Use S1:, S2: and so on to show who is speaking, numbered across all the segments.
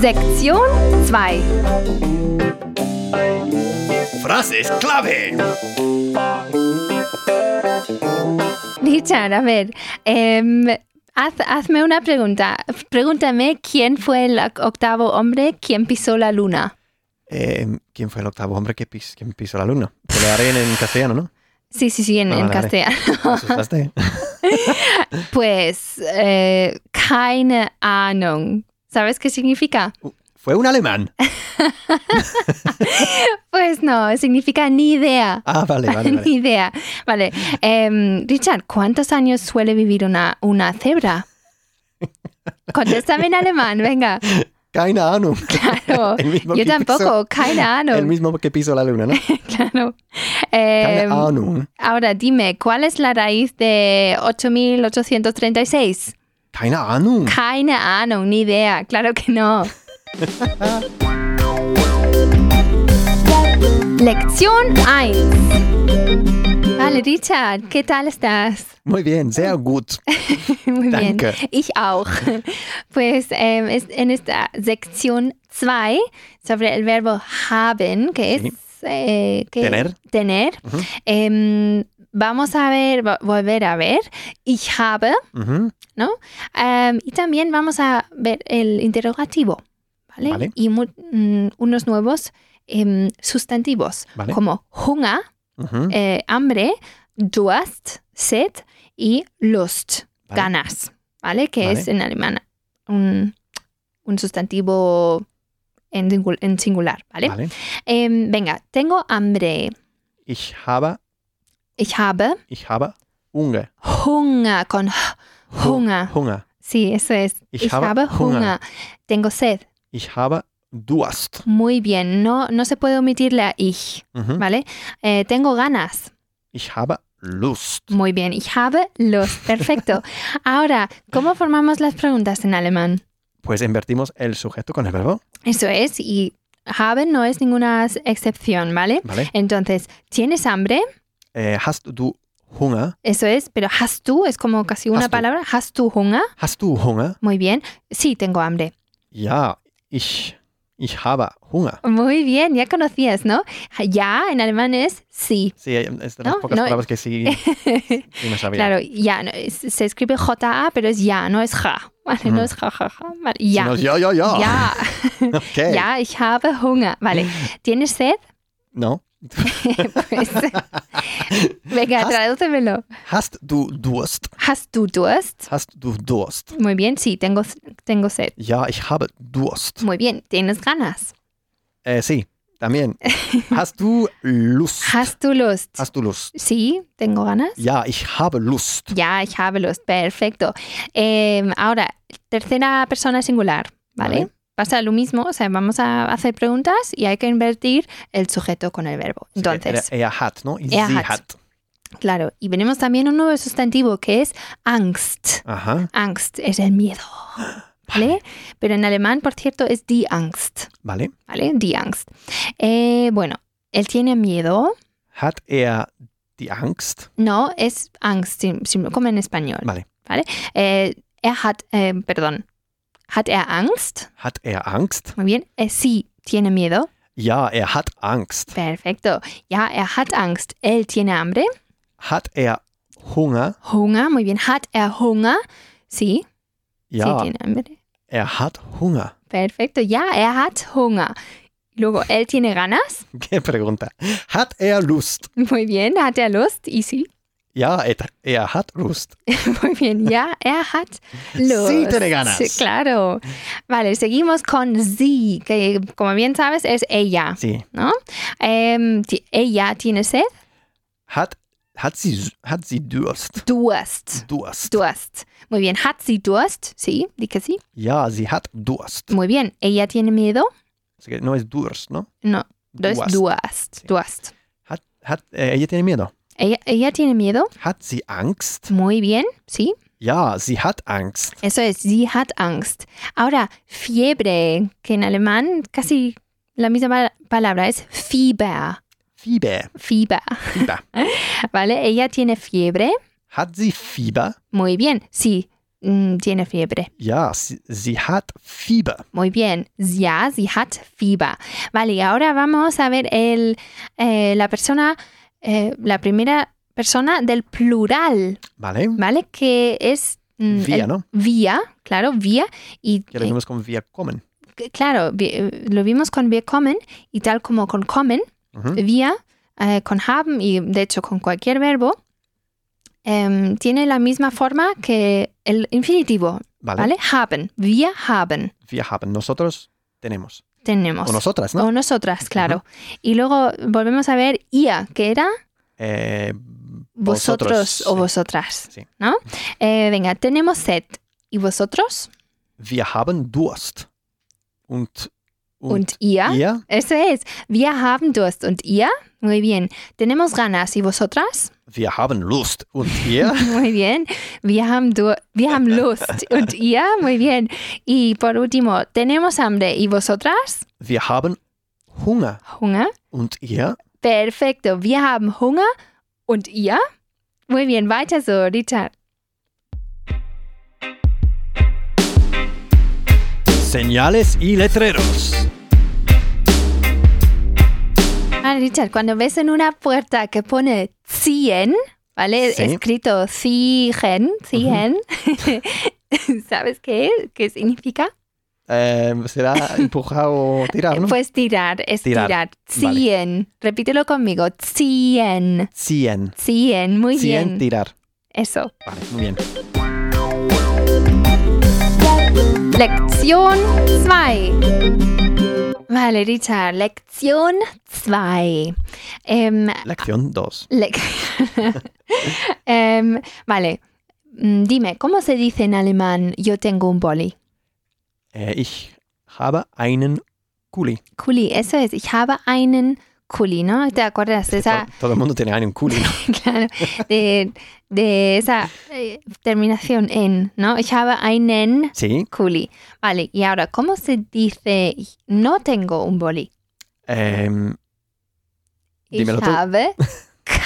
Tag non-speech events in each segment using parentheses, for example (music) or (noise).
S1: Sektion 2.
S2: Frases clave.
S1: Richard, a ver, em, haz- hazme una pregunta. Pregúntame quién fue el octavo hombre quien pisó la luna.
S2: Eh, ¿Quién fue el octavo hombre que pis- quién pisó la luna? Te lo haré en, en castellano, ¿no?
S1: Sí, sí, sí, en,
S2: Ah,
S1: en
S2: vale, vale. (laughs)
S1: castellano.
S2: ¿Te
S1: (laughs)
S2: asustaste?
S1: Pues, eh, keine Ahnung. ¿Sabes qué significa? (laughs)
S2: Fue un alemán.
S1: Pues no, significa ni idea.
S2: Ah, vale, vale, vale.
S1: (laughs) Ni idea. Vale. Em, Richard, ¿cuántos años suele vivir una, una
S2: (laughs)
S1: cebra? Contéstame en alemán, venga. (laughs)
S2: Keine Ahnung.
S1: Claro. (laughs)
S2: El mismo
S1: Yo
S2: que
S1: tampoco, keine
S2: El
S1: Ahnung.
S2: mismo que pisó la
S1: (laughs)
S2: luna, ¿no?
S1: Claro.
S2: Keine
S1: Em,
S2: Ahnung.
S1: ahora dime, ¿cuál es la raíz de 8836?
S2: Keine Ahnung.
S1: Keine Ahnung, ni idea. Claro que no. Lección 1. Vale, Richard, ¿qué tal estás?
S2: Muy bien, sehr gut.
S1: (laughs) Muy
S2: Danke.
S1: bien. Ich auch. (laughs) Pues ähm, es- en esta sección 2 sobre el verbo haben, que es
S2: Sí.
S1: eh, que-
S2: Tener.
S1: tener,
S2: Ujú.
S1: em, vamos a ver, vo- volver a ver, ich habe,
S2: Ujú.
S1: em, y también vamos a ver el interrogativo, ¿vale?
S2: Vale.
S1: Y mu- mm, unos nuevos em, sustantivos,
S2: Vale.
S1: como Hunger,
S2: Ujú.
S1: eh, hambre, Durst, sed y Lust,
S2: Vale.
S1: ganas, ¿vale? Que
S2: Vale.
S1: es en alemán un, un sustantivo en, singul- en singular, ¿vale?
S2: Vale.
S1: Em, venga, tengo hambre.
S2: Ich habe,
S1: Ich habe
S2: ich habe Hunger.
S1: Hunger con H, Hunger.
S2: Hunger.
S1: Sí, eso es.
S2: Oh. Ich habe Hunger.
S1: Tengo sed.
S2: Ich habe Durst.
S1: Muy bien. No, no se puede omitir la ich,
S2: Ujú.
S1: ¿vale? Eh, tengo ganas.
S2: Ich habe Lust.
S1: Muy bien, ich habe Lust.
S2: (laughs)
S1: Perfecto. Ahora, ¿cómo formamos las preguntas en alemán?
S2: Pues invertimos el sujeto con el verbo,
S1: Eso es, y haben no es ninguna excepción, ¿vale?
S2: ¿vale?
S1: Entonces, ¿tienes hambre?
S2: Eh, hast du Hunger?
S1: Eso es, pero hast du es como casi una
S2: Hast du.
S1: palabra. Hast du Hunger?
S2: Hast du Hunger?
S1: Muy bien. Sí, tengo hambre.
S2: Ja, ich, ich habe Hunger.
S1: Muy bien, ya conocías, ¿no? Ya en alemán es sí. (laughs)
S2: Sí, es de las
S1: No,
S2: pocas
S1: no.
S2: palabras que sí, sí me sabía.
S1: Claro, ya no, es- se escribe JA, pero es ya, no es ja. Vale, no es ja, ja, ja. Vale,
S2: Si
S1: ya.
S2: no es ja, ja, ja. (laughs)
S1: Ya,
S2: Okay.
S1: ya, ich habe Hunger. Vale. ¿Tienes
S2: (laughs)
S1: sed? (laughs)
S2: No.
S1: Pues, venga,
S2: Hast-
S1: tradúcemelo.
S2: Hast du Durst?
S1: ¿Hast du Durst?
S2: Hast du Durst?
S1: Muy bien, sí, tengo, tengo sed.
S2: Ja, ich habe Durst.
S1: Muy bien, tienes ganas.
S2: Äh, sí, también. Hast du Lust?
S1: ¿Hast du Lust?
S2: Hast du Lust?
S1: Sí, tengo ganas.
S2: Ja, ich habe Lust.
S1: Ya, ich habe Lust. Perfecto. Em, ahora, tercera persona singular, ¿vale?
S2: Vale.
S1: Pasa lo mismo, o sea, vamos a hacer preguntas y hay que invertir el sujeto con el verbo.
S2: Sí,
S1: Entonces,
S2: er, er hat, ¿no? Y
S1: Er
S2: sie
S1: hat.
S2: hat.
S1: claro, y venimos también un nuevo sustantivo que es angst.
S2: Ajá.
S1: Angst es el miedo, ¿vale? Pero en alemán, por cierto, es die Angst.
S2: Vale.
S1: ¿vale? Die Angst. Eh, bueno, él tiene miedo.
S2: Hat er die Angst?
S1: No, es Angst, si, si- como en español.
S2: Vale.
S1: Eh, er hat, eh, perdón, hat er Angst?
S2: Hat er Angst?
S1: Muy bien. Eh, sí, tiene miedo.
S2: Ja, er hat Angst.
S1: Perfecto. Ya, er hat Angst. Él tiene hambre.
S2: Hat er Hunger?
S1: Hunger, muy bien. Hat er Hunger? Sí, sí
S2: Ja,
S1: tiene hambre.
S2: er hat Hunger. (laughs)
S1: Perfecto. Ya, er hat Hunger. Luego, él tiene ganas. (laughs)
S2: Qué pregunta. Hat er Lust?
S1: Muy bien. Hat er Lust? Y sí. (laughs)
S2: Ja, er, er hat Lust.
S1: Muy bien, ya, er hat los.
S2: Sí, tiene ganas.
S1: Sí, claro. Vale, seguimos con sie, que como bien sabes es ella.
S2: Sí.
S1: Em, ti- ella tiene sed,
S2: Hat, hat, sie, hat sie Durst?
S1: Durst.
S2: Durst.
S1: Durst. Muy bien, hat sie Durst? Sí, di que sí.
S2: Ja, sie hat Durst.
S1: Muy bien, ella tiene miedo.
S2: Así que No es Durst, ¿no?
S1: No, no es
S2: Durst.
S1: Durst. Durst.
S2: Hat, hat, eh, ella tiene miedo.
S1: Ella, ella tiene miedo.
S2: Hat sie Angst?
S1: Muy bien, sí.
S2: Ja, sie hat Angst.
S1: Eso es, sie hat Angst. Ahora, fiebre, que en alemán casi la misma palabra es Fieber.
S2: Fieber.
S1: Fieber. (laughs)
S2: Fieber.
S1: Vale, ella tiene fiebre.
S2: Hat sie Fieber?
S1: Muy bien. Sí, Mm, tiene fiebre.
S2: Ja, sie, sie hat Fieber.
S1: Muy bien. Ya, sie hat Fieber. Vale, y ahora vamos a ver el, eh, la persona, eh, la primera persona del plural,
S2: ¿Vale? ne?
S1: ¿vale? Que es... mm,
S2: Vía,
S1: el-
S2: ¿no?
S1: Vía, claro, vía. Y
S2: Que lo vimos con vía comen.
S1: eh, claro, vi- eh, lo vimos con wir kommen y tal como con kommen,
S2: Ujú.
S1: vía, eh, con haben y de hecho con cualquier verbo, em, tiene la misma forma que el infinitivo,
S2: Vale.
S1: ¿vale? Haben, wir haben,
S2: Wir haben. Nosotros tenemos.
S1: tenemos.
S2: O nosotras, ¿no?
S1: O nosotras, claro. Y luego volvemos a ver ia, que era
S2: Eh,
S1: vosotros, o
S2: sí.
S1: vosotras,
S2: Sí.
S1: ¿no? Eh, venga, tenemos sed. ¿Y vosotros?
S2: Wir haben Durst. Und,
S1: Und,
S2: und,
S1: ia.
S2: ihr,
S1: Eso es. Wir haben Durst. Und ihr? Muy bien. Tenemos ganas. ¿Y vosotras? (laughs)
S2: wir haben Lust. (laughs) Und ihr,
S1: Muy bien. Wir haben, du wir haben Lust. Und ihr? Muy bien. Y por último, tenemos hambre. ¿Y vosotras?
S2: wir haben Hunger.
S1: Hunger.
S2: Und ihr,
S1: Perfecto. Wir haben Hunger. Und ihr? Muy bien. Weiter so, Richard.
S2: señales y letreros.
S1: Ah, Richard, cuando ves en una puerta que pone 100, ¿vale?
S2: Sí.
S1: Escrito 100, 100, (laughs) ¿sabes qué, qué significa?
S2: Eh, (laughs) será empujar o tirar, ¿no?
S1: Pues tirar, es
S2: Tirar,
S1: tirar.
S2: vale.
S1: 100. Repítelo conmigo. 100.
S2: 100.
S1: 100. Muy
S2: 100
S1: bien.
S2: tirar.
S1: Eso.
S2: Vale, muy bien.
S1: Lección 2. Vale, Richard. Lección Em, 2.
S2: Lección 2.
S1: Leck. (laughs) Em, vale. Mm, Dime, ¿cómo se dice en alemán yo tengo un boli?
S2: Eh, ich habe einen Kuli.
S1: Kuli, eso es. Ich habe einen Kuli, ¿no? ¿Te acuerdas de esa,
S2: Todo, todo el mundo tiene einen Kuli. ¿no?
S1: (laughs) claro, de, de esa eh, terminación en, ¿no? Ich habe einen
S2: Sí.
S1: Kuli. Vale, y ahora, ¿cómo se dice ich no tengo un boli?
S2: em,
S1: Ich
S2: Dímelo tú. (laughs)
S1: habe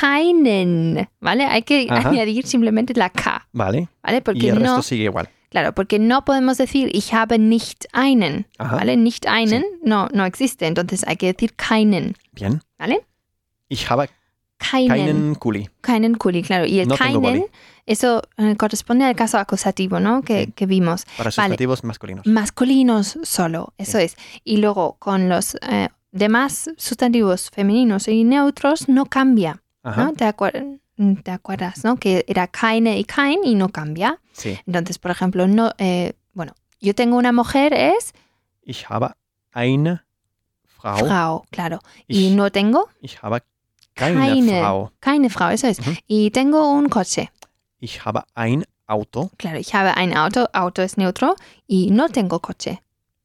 S1: keinen, ¿vale? Hay que
S2: Ajá.
S1: añadir simplemente la K,
S2: vale.
S1: ¿vale?
S2: Y
S1: Porque
S2: el
S1: no...
S2: resto sigue igual.
S1: Claro, porque no podemos decir ich habe nicht einen,
S2: Ajá.
S1: ¿vale? Nicht einen no, no existe, entonces hay que decir keinen,
S2: Bien.
S1: ¿vale?
S2: Ich habe
S1: Keinen,
S2: keinen Kuli.
S1: keinen Kuli, claro. Y el
S2: No tengo
S1: keinen,
S2: boli.
S1: eso eh, corresponde al caso acusativo, ¿no? Que,
S2: Sí.
S1: que vimos. Vale.
S2: Para
S1: Mm,
S2: sustantivos masculinos.
S1: Masculinos solo, eso es. Y luego con los eh, demás sustantivos femeninos y neutros no cambia,
S2: Ajá.
S1: ¿no? ¿Te, acuer- ¿Te acuerdas, no? Que era keine y kein y no cambia.
S2: Sí.
S1: Entonces, por ejemplo, no, eh, bueno, yo tengo una mujer es...
S2: Ich habe eine Frau.
S1: Frau, claro. Y
S2: Ich,
S1: no tengo
S2: ich habe keine,
S1: Keine.
S2: Frau.
S1: keine Frau, eso es.
S2: Ujú.
S1: Y tengo un coche.
S2: Ich habe ein Auto.
S1: Claro, ich habe ein Auto, Auto es neutro. Y no tengo coche.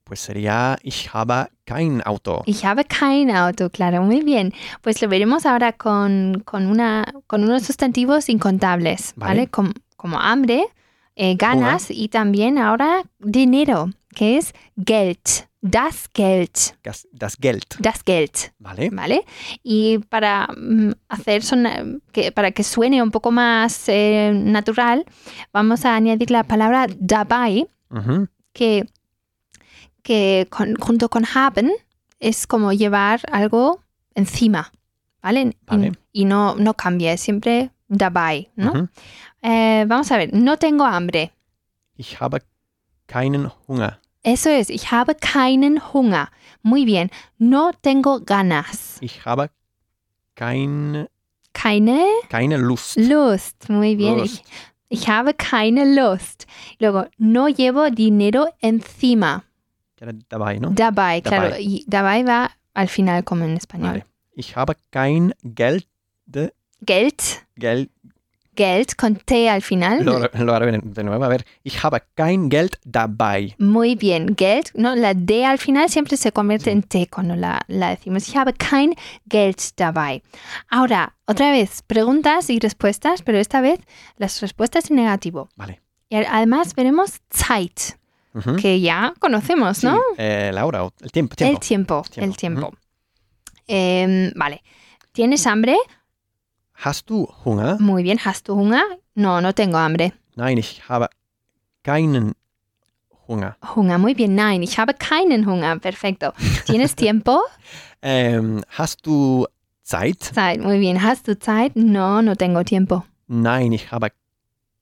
S2: Pues sería ich habe kein Auto.
S1: Ich habe kein Auto, claro, muy bien. Pues lo veremos ahora con, con, una, con unos sustantivos incontables, ¿vale?
S2: Vale.
S1: Com- como hambre, eh, ganas y también ahora dinero, que es Geld. Das Geld,
S2: Das, das Geld.
S1: das Geld.
S2: Vale.
S1: ¿vale? Y para mm, hacer sona- que, para que suene un poco más eh, natural, vamos a añadir la palabra dabei,
S2: Ujú.
S1: que, que con- junto con haben es como llevar algo encima, ¿vale? Y-
S2: Vale.
S1: Y, no, no cambia, es siempre dabei, Mm, ¿no?
S2: Ujú.
S1: Eh, vamos a ver, no tengo hambre.
S2: Ich habe keinen Hunger.
S1: Eso es, ich habe keinen Hunger. Muy bien, no tengo ganas.
S2: Ich habe kein,
S1: Keine
S2: keine Lust.
S1: Lust, muy bien.
S2: Lust.
S1: Ich, ich habe keine Lust. Luego, no llevo dinero encima.
S2: Queda dabei, ¿no?
S1: Dabei, claro.
S2: Dabei.
S1: Y dabei va al final como en español.
S2: Vale. Ich habe kein Geld. De,
S1: Geld,
S2: Geld.
S1: Geld con T al final.
S2: Lo, lo haré de nuevo. A ver. Ich habe kein Geld dabei.
S1: Muy bien, Geld, no, la D al final siempre se convierte
S2: Sí.
S1: en T cuando la, la decimos. Ich habe kein Geld dabei. Ahora, otra vez, preguntas y respuestas, pero esta vez las respuestas en negativo.
S2: Vale. ¿Mm?
S1: Y además veremos Zeit,
S2: Ujú.
S1: que ya conocemos,
S2: Sí,
S1: ¿no?
S2: eh, la hora, o el tiempo.
S1: El
S2: tiempo.
S1: tiempo,
S2: Tiempo.
S1: el tiempo. Em, vale. ¿Tienes hambre?
S2: Hast du Hunger?
S1: Muy bien. ¿Has tu hunger? No, no tengo hambre.
S2: Nein, ich habe keinen Hunger.
S1: Hunger, muy bien. Nein, ich habe keinen Hunger. Perfecto.
S2: (laughs)
S1: ¿Tienes tiempo?
S2: Ähm, hast du Zeit?
S1: Zeit, muy bien. ¿Hast du Zeit? No, no tengo tiempo.
S2: Nein, ich habe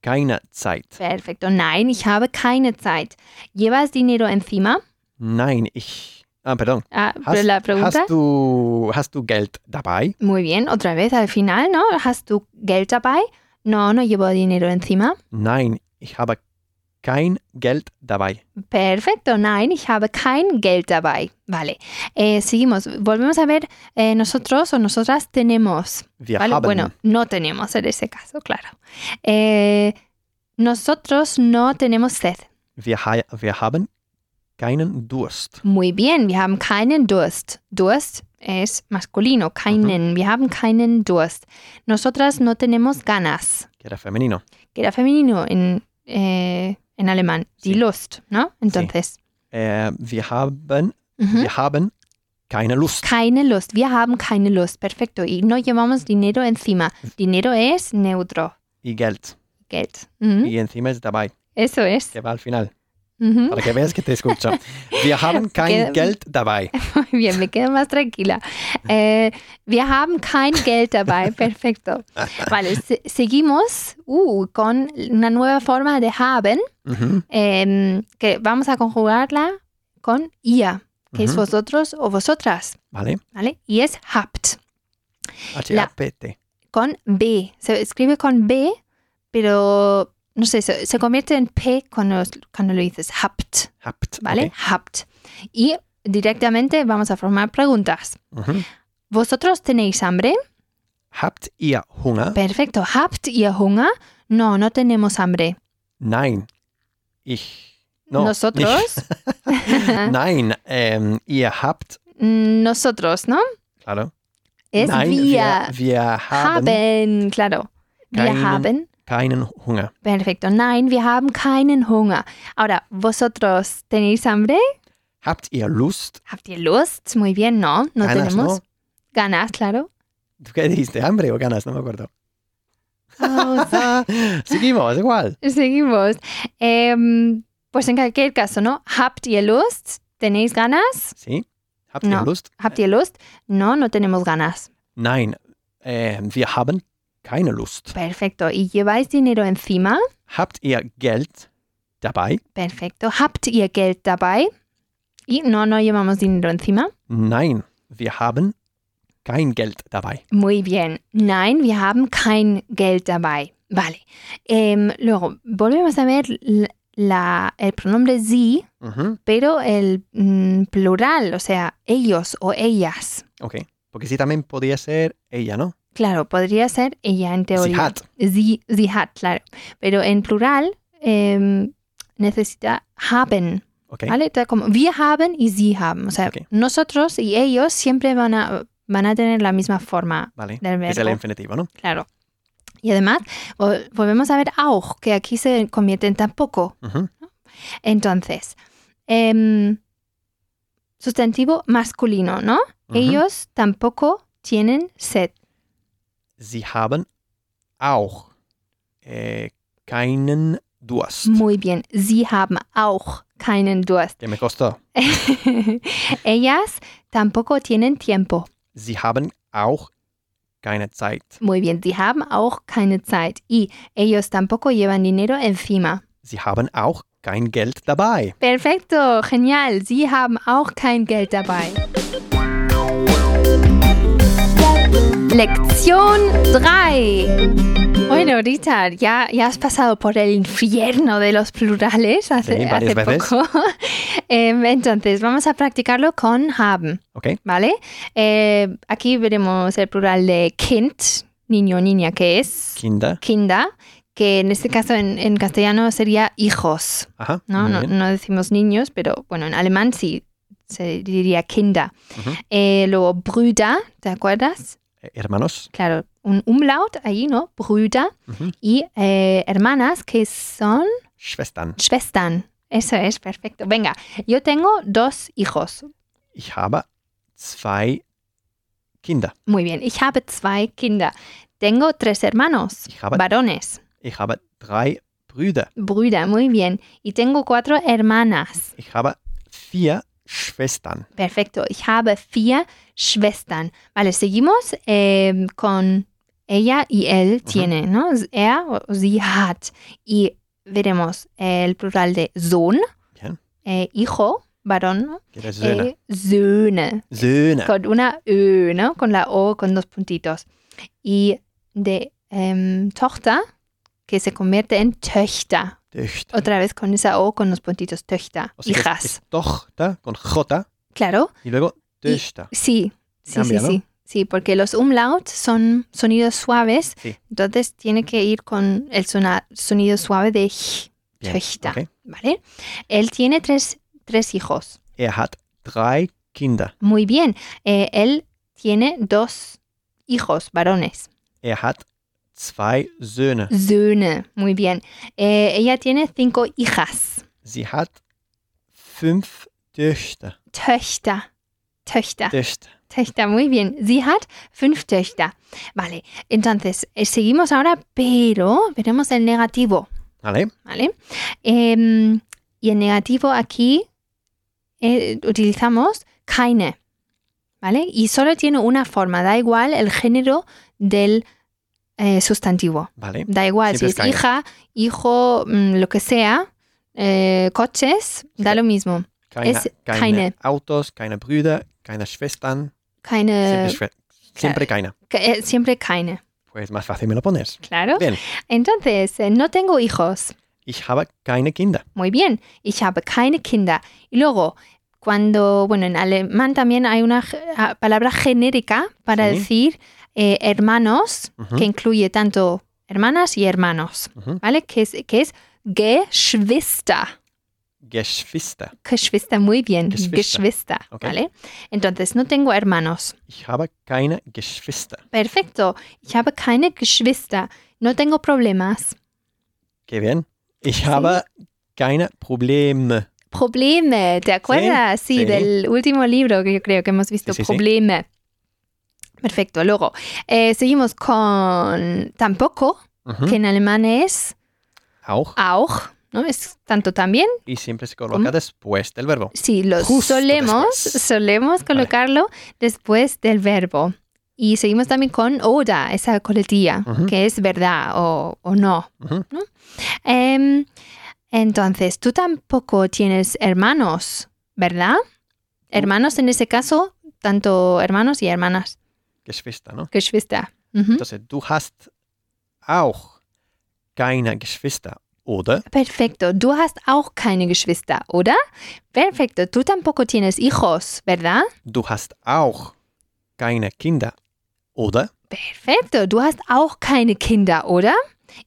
S2: keine Zeit.
S1: Perfecto. Nein, ich habe keine Zeit. ¿Llevas dinero encima?
S2: Nein, ich. Ah, perdón.
S1: Ah,
S2: Hast,
S1: la pregunta.
S2: hast, du, hast du Geld dabei?
S1: Muy bien, otra vez al final, ¿no? ¿Hast tu Geld dabei? No, no llevo dinero encima.
S2: Nein, ich habe kein Geld dabei.
S1: Perfecto, nein, ich habe kein Geld dabei. Vale, eh, seguimos. Volvemos a ver, eh, nosotros o nosotras tenemos.
S2: Wir
S1: ¿vale?
S2: haben.
S1: Bueno, no tenemos en ese caso, claro. Eh, nosotros no tenemos sed.
S2: Wir, ha wir haben keinen Durst.
S1: Muy bien, wir haben keinen Durst. Durst es masculino, keinen. Wir haben keinen Durst. Nosotras no tenemos ganas.
S2: Que era femenino.
S1: que era femenino en, eh, en alemán,
S2: Sí.
S1: die Lust, ¿no? Entonces,
S2: Äh, wir, haben,
S1: ujú.
S2: wir haben keine Lust.
S1: keine Lust, wir haben keine Lust, perfecto. Y no llevamos dinero encima. Dinero es neutro,
S2: Y Geld.
S1: Mhm. Geld. Ujú.
S2: Y encima es dabei.
S1: Eso es.
S2: Que va al final.
S1: Ujú.
S2: Para que veas que te escucho. Wir haben kein
S1: Queda-
S2: Geld dabei.
S1: Muy bien, me quedo más tranquila. Eh, wir haben kein Geld dabei, perfecto. Vale, se- seguimos uh, con una nueva forma de haben,
S2: Mhm.
S1: em, que vamos a conjugarla con ia, que es
S2: Mhm.
S1: vosotros o vosotras.
S2: Vale.
S1: ¿vale? Y es habt
S2: H-A-P-T.
S1: con B. Se escribe con B, pero no sé, se, se convierte en P cuando, cuando lo dices habt,
S2: Habt.
S1: ¿vale? Habt. Y directamente vamos a formar preguntas.
S2: Okay. Mhm.
S1: ¿Vosotros tenéis hambre?
S2: Habt ihr Hunger?
S1: Perfecto. ¿Habt ihr Hunger? No, no tenemos hambre.
S2: Nein. Ich. No,
S1: (laughs)
S2: (laughs) nicht.
S1: Nosotros, Ah.
S2: Nein, ähm, ihr habt.
S1: mm, nosotros, ¿no?
S2: Claro.
S1: Es
S2: Nein,
S1: wir.
S2: wir, wir haben,
S1: Haben, claro. Wir
S2: Keinen-
S1: haben.
S2: keinen Hunger.
S1: Perfecto. Nein, wir haben keinen Hunger. Ahora, ¿vosotros tenéis hambre?
S2: Habt ihr Lust?
S1: ¿Habt ihr Lust? Muy bien, no, no
S2: Ganas,
S1: tenemos.
S2: ¿no?
S1: Ganas, claro.
S2: ¿Tú qué dijiste? ¿Hambre o ganas? No me acuerdo. Ah,
S1: Vamos a-
S2: (laughs) Seguimos, igual.
S1: (laughs) Seguimos. Em, pues en cualquier caso, ¿no? ¿Habt ihr Lust? ¿Tenéis ganas?
S2: ¿Sí? Habt
S1: No.
S2: ihr Lust?
S1: ¿Habt ihr Lust? No, no tenemos ganas.
S2: Nein, ähm, wir haben keine Lust.
S1: Perfecto. ¿Y lleváis dinero encima?
S2: Habt ihr Geld dabei?
S1: Perfecto. ¿Habt ihr Geld dabei? Y no, no llevamos dinero encima.
S2: Nein, wir haben kein Geld dabei.
S1: Muy bien. Nein, wir haben kein Geld dabei. Vale. Em, luego, volvemos a ver l- la, el pronombre sie,
S2: Mhm.
S1: pero el mm, plural, o sea, ellos o ellas.
S2: Ok. Porque sí también podía ser ella, ¿no?
S1: Claro, podría ser ella en
S2: Sie
S1: teoría.
S2: hat.
S1: Sie, sie hat, claro. Pero en plural em, necesita haben.
S2: Okay.
S1: ¿Vale? Está como wir haben y sie haben. O sea,
S2: Ok.
S1: nosotros y ellos siempre van a, van a tener la misma forma
S2: Vale.
S1: del
S2: Es el
S1: verbo.
S2: infinitivo, ¿no?
S1: Claro. Y además, vol- volvemos a ver auch, que aquí se convierte en tampoco.
S2: Mhm.
S1: Entonces, em, sustantivo masculino, ¿no?
S2: Mhm.
S1: Ellos tampoco tienen sed.
S2: Sie haben auch äh, keinen Durst.
S1: Muy bien. Sie haben auch keinen Durst. (laughs)
S2: Que me costó.
S1: Ellas tampoco tienen tiempo.
S2: Sie haben auch keine Zeit.
S1: Muy bien. Sie haben auch keine Zeit. Y ellos tampoco llevan dinero encima.
S2: Sie haben auch kein Geld dabei.
S1: Perfecto, genial. Sie haben auch kein Geld dabei. Lección 3. Bueno, Richard, ya, ya has pasado por el infierno de los plurales hace,
S2: Sí, varias
S1: hace
S2: veces.
S1: poco. (laughs) Em, Entonces, vamos a practicarlo con haben,
S2: Okay?
S1: ¿vale? Eh, aquí veremos el plural de kind, niño o niña que es,
S2: Kinder.
S1: kinda, que en este caso en- en castellano sería hijos.
S2: Ajá.
S1: No,
S2: muy
S1: no,
S2: bien.
S1: no decimos niños, pero bueno, en alemán sí se diría Kinder.
S2: Ujú.
S1: Eh, luego Brüder, ¿te acuerdas?
S2: Eh, Hermanos.
S1: Claro, un umlaut ahí, ¿no? Brüder.
S2: Ujú.
S1: Y eh, hermanas que son
S2: Schwestern.
S1: Schwestern. Eso es, perfecto. Venga, yo tengo dos hijos.
S2: Ich habe zwei Kinder.
S1: Muy bien, ich habe zwei Kinder. Tengo tres hermanos,
S2: Ich habe,
S1: varones.
S2: ich habe drei Brüder.
S1: Brüder, muy bien. Y tengo cuatro hermanas.
S2: Ich habe vier Schwestern.
S1: Perfecto. Ich habe vier Schwestern. Vale, seguimos eh, con ella y él tiene, ¿no? Er o sie hat. Y veremos el plural de Sohn,
S2: Bien.
S1: eh, hijo, varón, ¿no?
S2: Quiere Söhne.
S1: Eh, Söhne.
S2: Söhne.
S1: Con una Ö, ¿no? Con la O, con dos puntitos. Y de em, Tochter, que se convierte en Töchter.
S2: Töchter.
S1: Otra vez con esa O, con los puntitos. Töchter.
S2: O sea que es-
S1: Hijas.
S2: es Tochter con J
S1: Claro,
S2: y luego
S1: Y-
S2: Töchter.
S1: sí. Sí,
S2: Cambia,
S1: sí,
S2: ¿no?
S1: sí. Sí, porque los umlauts son sonidos suaves.
S2: Sí.
S1: Entonces tiene que ir con el sona- sonido suave de J.
S2: Bien,
S1: Töchter.
S2: ok.
S1: ¿Vale? Él tiene tres, tres hijos.
S2: Er hat drei Kinder.
S1: Muy bien. Eh, él tiene dos hijos varones.
S2: Er hat zwei Söhne.
S1: Söhne, muy bien. Eh, ella tiene cinco hijas.
S2: Sie hat fünf Töchter.
S1: Töchter. Töchter.
S2: Töchter.
S1: Töchter, muy bien. Sie hat fünf Töchter. Vale, entonces eh, seguimos ahora, pero veremos el negativo,
S2: Vale.
S1: ¿vale? Em, y el negativo aquí eh, utilizamos keine, ¿vale? Y solo tiene una forma, da igual el género del eh, sustantivo.
S2: Vale.
S1: Da igual
S2: Siempre
S1: si
S2: es
S1: es
S2: caña.
S1: hija, hijo, mm, lo que sea, eh, coches, da
S2: Sí.
S1: lo mismo.
S2: Keine,
S1: Es
S2: keine,
S1: keine.
S2: Autos, keine Brüder, keine Schwestern.
S1: Keine, Äh,
S2: siempre, schwe- siempre keine.
S1: que- eh, siempre keine,
S2: Pues más fácil me lo pones.
S1: claro.
S2: Bien.
S1: Entonces, eh, no tengo hijos.
S2: Ich habe keine Kinder.
S1: Muy bien, ich habe keine Kinder. Y luego, cuando, bueno, en alemán también hay una ge- ah, palabra genérica para
S2: Sí.
S1: decir eh, hermanos,
S2: Ujú,
S1: que incluye tanto hermanas y hermanos,
S2: ujú.
S1: ¿vale? Que es, que es Geschwister.
S2: Geschwister.
S1: Geschwister, muy bien.
S2: Geschwister.
S1: Geschwister.
S2: Ok.
S1: ¿vale? Entonces, no tengo hermanos.
S2: Ich habe keine Geschwister.
S1: Perfecto. Ich habe keine Geschwister. No tengo problemas.
S2: Qué bien. Ich habe keine Probleme.
S1: Probleme, ¿te acuerdas? Sí,
S2: sí.
S1: del último libro que yo creo que hemos visto,
S2: Sí, sí, sí.
S1: Probleme. Perfecto. Luego, eh, seguimos con tampoco,
S2: Ujú.
S1: que en alemán es
S2: Auch.
S1: auch, ¿no? Es tanto también.
S2: Y siempre se coloca
S1: ¿Cómo?
S2: después del verbo.
S1: Sí, lo
S2: Justo
S1: solemos,
S2: después.
S1: solemos
S2: Vale.
S1: colocarlo después del verbo. Y seguimos también con oda, esa coletilla,
S2: Ujú.
S1: que es verdad o, o no.
S2: Ujú.
S1: Em, entonces, tú tampoco tienes hermanos, ¿verdad? Hermanos en ese caso, tanto hermanos y hermanas.
S2: Geschwister,
S1: ¿Mm?
S2: ¿no?
S1: Geschwister. Ujú.
S2: Entonces, du hast auch keine Geschwister, oder?
S1: Perfecto. Du hast auch keine Geschwister, ¿oder? Perfecto. Tú tampoco tienes hijos, ¿verdad?
S2: Du hast auch keine Kinder, oder?
S1: Perfecto, du hast auch keine Kinder, oder?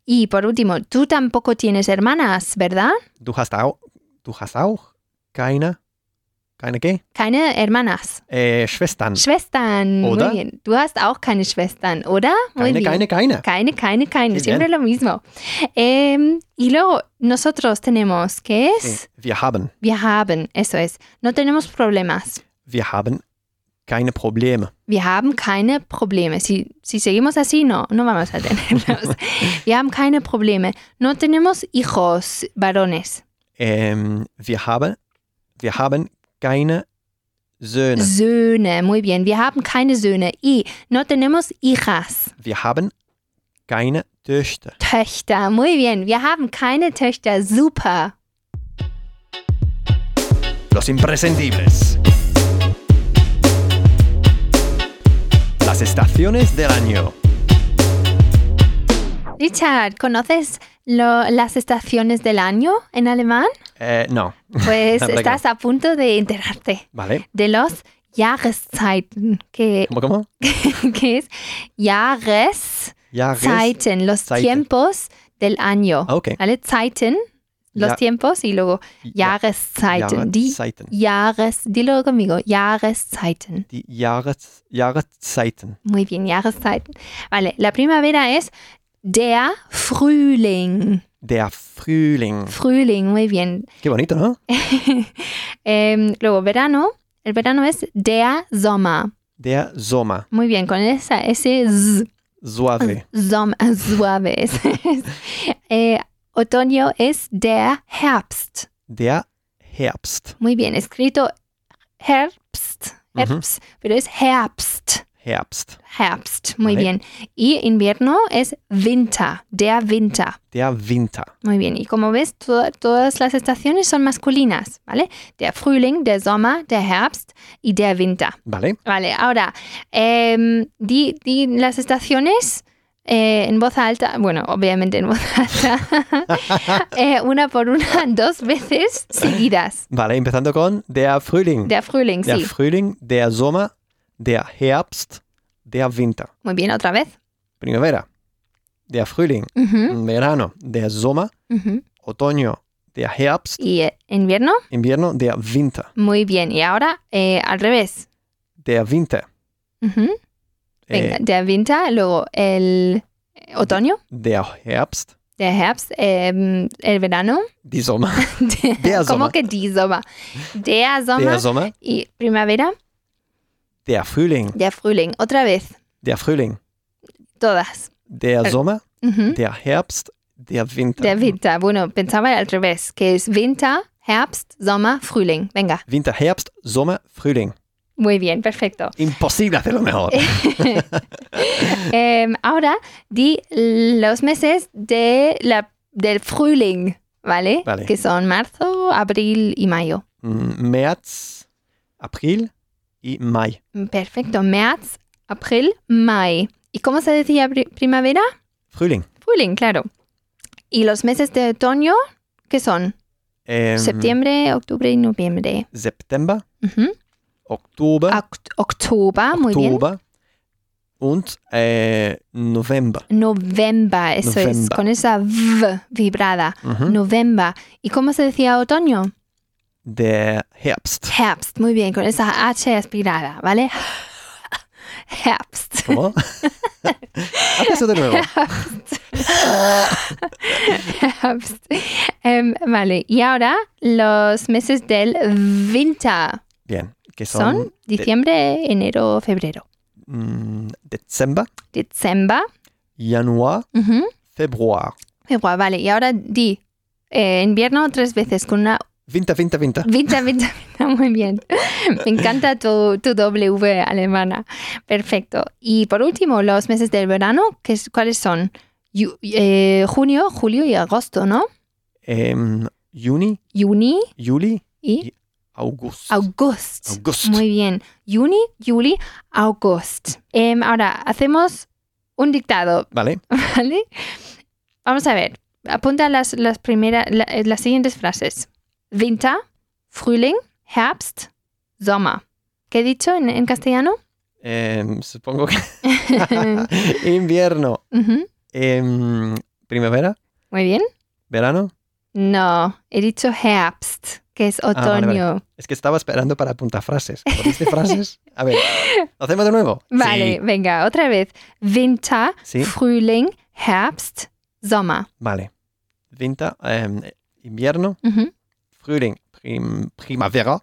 S1: Y por último, tú tampoco tienes hermanas, ¿verdad?
S2: Du hast auch, du hast auch keine, keine qué?
S1: Keine hermanas.
S2: Äh, Schwestern.
S1: Schwestern.
S2: Oder?
S1: Muy bien. Du hast auch keine Schwestern, ¿oder? Muy
S2: Keine,
S1: bien.
S2: keine, keine.
S1: Keine, keine, keine.
S2: Qué
S1: Siempre lo mismo. Em, y luego nosotros tenemos, ¿qué es?
S2: Nee, Wir haben,
S1: Wir haben, eso es. No tenemos problemas.
S2: wir haben keine Probleme.
S1: Wir haben keine Probleme. Si, si seguimos así, no, no vamos a
S2: (laughs)
S1: tenerlos. Wir haben keine Probleme. No tenemos hijos varones.
S2: Ähm, wir haben, wir haben keine
S1: Mhm.
S2: Söhne.
S1: Söhne, muy bien. Wir haben keine Söhne. Y no tenemos hijas.
S2: Wir haben keine Töchter.
S1: Töchter, muy bien. Wir haben keine Töchter. Super.
S2: Los imprescindibles. Las estaciones del año.
S1: Richard, ¿conoces lo- las estaciones del año en
S2: (laughs)
S1: alemán?
S2: Eh, no,
S1: Pues
S2: La verdad
S1: estás a punto de enterarte
S2: vale.
S1: de los Jahreszeiten, que, (laughs)
S2: ¿Cómo, cómo?
S1: que es Jahreszeiten,
S2: Jahres-
S1: los
S2: Zeiten.
S1: tiempos del año.
S2: Ah, ok.
S1: ¿Vale? Zeiten, los
S2: Ja-
S1: tiempos y luego
S2: Ja-
S1: Jahreszeiten, die
S2: Jahreszeiten.
S1: Jahres, dilo conmigo, Jahreszeiten.
S2: Die Jahres, Jahreszeiten.
S1: Muy bien, Jahreszeiten. Vale, la primavera es der Frühling.
S2: Der Frühling.
S1: Frühling, muy bien. (laughs)
S2: Qué bonito, ¿no?
S1: Em, luego, verano. El verano es der Sommer.
S2: Der Sommer.
S1: Muy bien, con esa, ese z, Ah.
S2: Suave.
S1: (laughs) Sommer, suave. es. Eh, Otoño es der Herbst.
S2: Der Herbst.
S1: Muy bien, escrito Herbst,
S2: Ujú.
S1: Herbst, pero es Herbst,
S2: Herbst.
S1: Herbst, muy
S2: Vale.
S1: bien. Y invierno es Winter, der Winter,
S2: Der Winter.
S1: muy bien. Y como ves, to- todas las estaciones son masculinas, ¿vale? Der Frühling, der Sommer, der Herbst y der Winter.
S2: ¿Vale?
S1: Vale, ahora, em, di, di las estaciones eh, en voz alta, bueno, obviamente en voz (laughs) alta, (laughs) eh, una por una, dos veces seguidas.
S2: Vale, empezando con der Frühling.
S1: Der Frühling,
S2: Der
S1: sí.
S2: Frühling, der Sommer, der Herbst, der Winter.
S1: Muy bien, otra vez.
S2: Primavera. Der Frühling. mm,
S1: Ujú,
S2: Verano. Der Sommer.
S1: ujú.
S2: Otoño. Der Herbst.
S1: Y eh, invierno,
S2: Invierno. Der Winter.
S1: muy bien. Y ahora eh, al revés.
S2: Der Winter.
S1: Ujú. Venga,
S2: Äh,
S1: der Winter, luego el eh, otoño,
S2: der Herbst.
S1: der Herbst, em, el verano. (laughs)
S2: Die Sommer. Der
S1: ¿Cómo
S2: Sommer.
S1: que die Sommer? Der Sommer
S2: Der Sommer.
S1: y primavera,
S2: Der Frühling.
S1: der Frühling. Otra vez,
S2: Der Frühling.
S1: todas.
S2: Der Sommer.
S1: Ujú.
S2: Der Herbst. Der Winter.
S1: Äh, hm? Der Winter. Bueno, pensaba al revés, que es Winter, Herbst, Sommer, Frühling. Venga,
S2: Winter, Herbst, Sommer, Frühling.
S1: muy bien,
S2: (laughs)
S1: perfecto.
S2: Imposible hacerlo mejor.
S1: Eh. Em, ahora di los meses de la, del Frühling, ¿vale?
S2: Vale.
S1: Que son marzo, abril y mayo.
S2: Mm, März, April y Mai.
S1: Perfecto. März, abril, mayo. ¿Y cómo se decía pri- primavera?
S2: Frühling.
S1: Frühling, claro. ¿Y los meses de otoño? ¿Qué son?
S2: Ähm,
S1: Septiembre, octubre y noviembre.
S2: September,
S1: Ujú.
S2: Oktober,
S1: Oct- October, Ah, muy bien.
S2: Oktober und äh, November.
S1: November, eso es,
S2: November.
S1: con esa V vibrada.
S2: Mhm.
S1: November. ¿Y cómo se decía otoño?
S2: Der Herbst.
S1: Herbst, muy bien, con esa H aspirada, ¿vale? (laughs) Herbst. (laughs)
S2: ¿Cómo? Haz eso de nuevo.
S1: Herbst. Em, vale, y ahora los meses del winter
S2: (laughs) Bien, que
S1: son
S2: son,
S1: diciembre, enero, febrero.
S2: mm, Dezember,
S1: December.
S2: Januar,
S1: ujú,
S2: Februar.
S1: Februar, vale, y ahora di eh, invierno tres veces con una (laughs)
S2: Winter, Winter, Winter.
S1: Vinta, vinta, vinta, muy bien. (laughs) Me encanta tu, tu W alemana. Perfecto. Y por último, los meses del verano, que es- ¿cuáles son? Yu- eh, junio, julio y agosto, ¿no?
S2: Ähm, Juni,
S1: Juni
S2: Juli,
S1: y
S2: August.
S1: agosto.
S2: August.
S1: Muy bien. Juni, juli, agosto. Em, ahora, hacemos un dictado,
S2: Vale,
S1: ¿vale? Vamos a ver. Apunta las, las, primeras, la- eh, las siguientes frases. Winter, Frühling, Herbst, Sommer. ¿Qué he dicho en, en
S2: (laughs)
S1: castellano? (laughs)
S2: ähm, supongo que (laughs) invierno,
S1: Ujú,
S2: ähm, primavera,
S1: Muy bien.
S2: verano.
S1: No, he dicho Herbst, que es otoño.
S2: Ah, vale, Es que estaba esperando para apuntar frases. ¿Poniste frases? A ver, ¿lo hacemos de nuevo?
S1: (laughs) Vale, venga, otra vez. Winter,
S2: Sí, sí,
S1: Frühling, Herbst, Sommer.
S2: vale. Winter, ähm, invierno,
S1: Ujú, (laughs)
S2: Frühling, prim, primavera,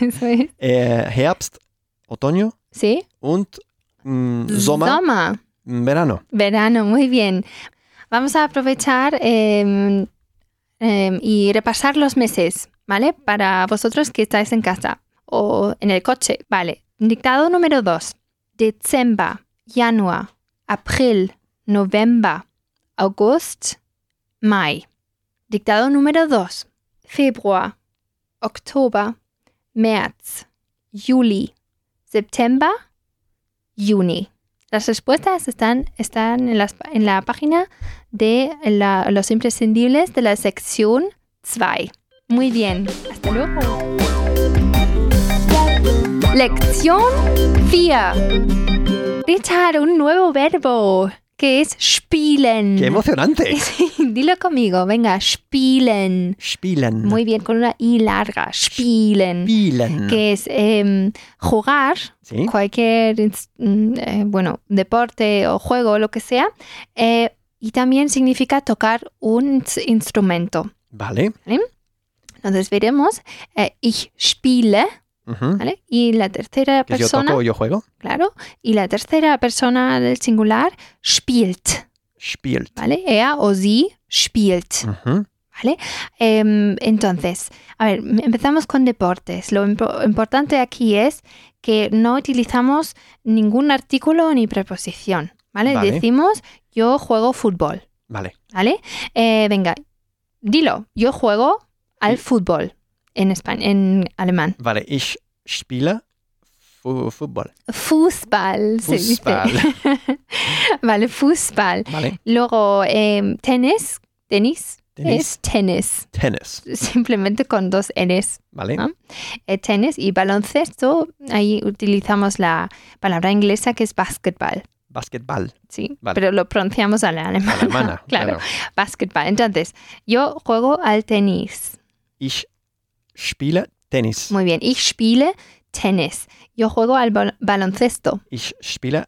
S1: eso es.
S2: äh, Herbst, Otoño
S1: ¿Sí?
S2: und mm, Sommer,
S1: Sommer.
S2: mm, verano.
S1: Verano, muy bien. Vamos a aprovechar eh, eh, y repasar los meses, ¿vale? Para vosotros que estáis en casa o en el coche, ¿vale? Dictado número 2. Dezember, Januar, April, November, August, Mai. Dictado número 2. Februar, Oktober, März, Juli, September, Juni. Las respuestas están, están en, las- en la página de la- los imprescindibles de la sección 2. Muy bien, hasta luego. Lección 4. Richard, un nuevo verbo que es spielen.
S2: ¡Qué emocionante!
S1: Sí, (laughs) Dilo conmigo, venga, spielen.
S2: Spielen.
S1: Muy bien, con una I larga, spielen,
S2: Spielen.
S1: que es em, jugar
S2: Sí,
S1: cualquier ins- mm, eh, bueno deporte o juego lo que sea eh, y también significa tocar un ins- instrumento
S2: vale.
S1: entonces veremos eh, ich spiele
S2: Ujú.
S1: ¿vale? y la tercera
S2: Que yo
S1: persona
S2: toco o yo juego.
S1: claro y la tercera persona del singular spielt
S2: spielt.
S1: ¿vale? Er o sie spielt,
S2: Ujú.
S1: ¿vale? Em, entonces, a ver, m- empezamos con deportes. Lo impo- importante aquí es que no utilizamos ningún artículo ni preposición, ¿vale?
S2: Vale.
S1: Decimos yo juego fútbol,
S2: Vale.
S1: ¿vale? Eh, venga, dilo, yo juego al
S2: Sí.
S1: fútbol en, espa- en alemán.
S2: Vale. Ich spiele fu- fútbol.
S1: Fußball, se dice. (laughs)
S2: Fußball.
S1: vale, Fußball.
S2: Vale.
S1: Luego, em, tenis, tenis,
S2: Tenis.
S1: es tenis,
S2: Tennis.
S1: simplemente con dos Ns,
S2: Vale.
S1: Ah. eh, tenis y baloncesto, ahí utilizamos la palabra inglesa que es basketball,
S2: Basketball. Genau.
S1: sí,
S2: Vale.
S1: pero lo pronunciamos a la alemana,
S2: A
S1: (laughs)
S2: la alemana.
S1: claro, basketball. Entonces, yo juego al tenis,
S2: Ich spiele Tennis.
S1: muy bien, ich spiele tenis, yo juego al bal- baloncesto,
S2: Ich spiele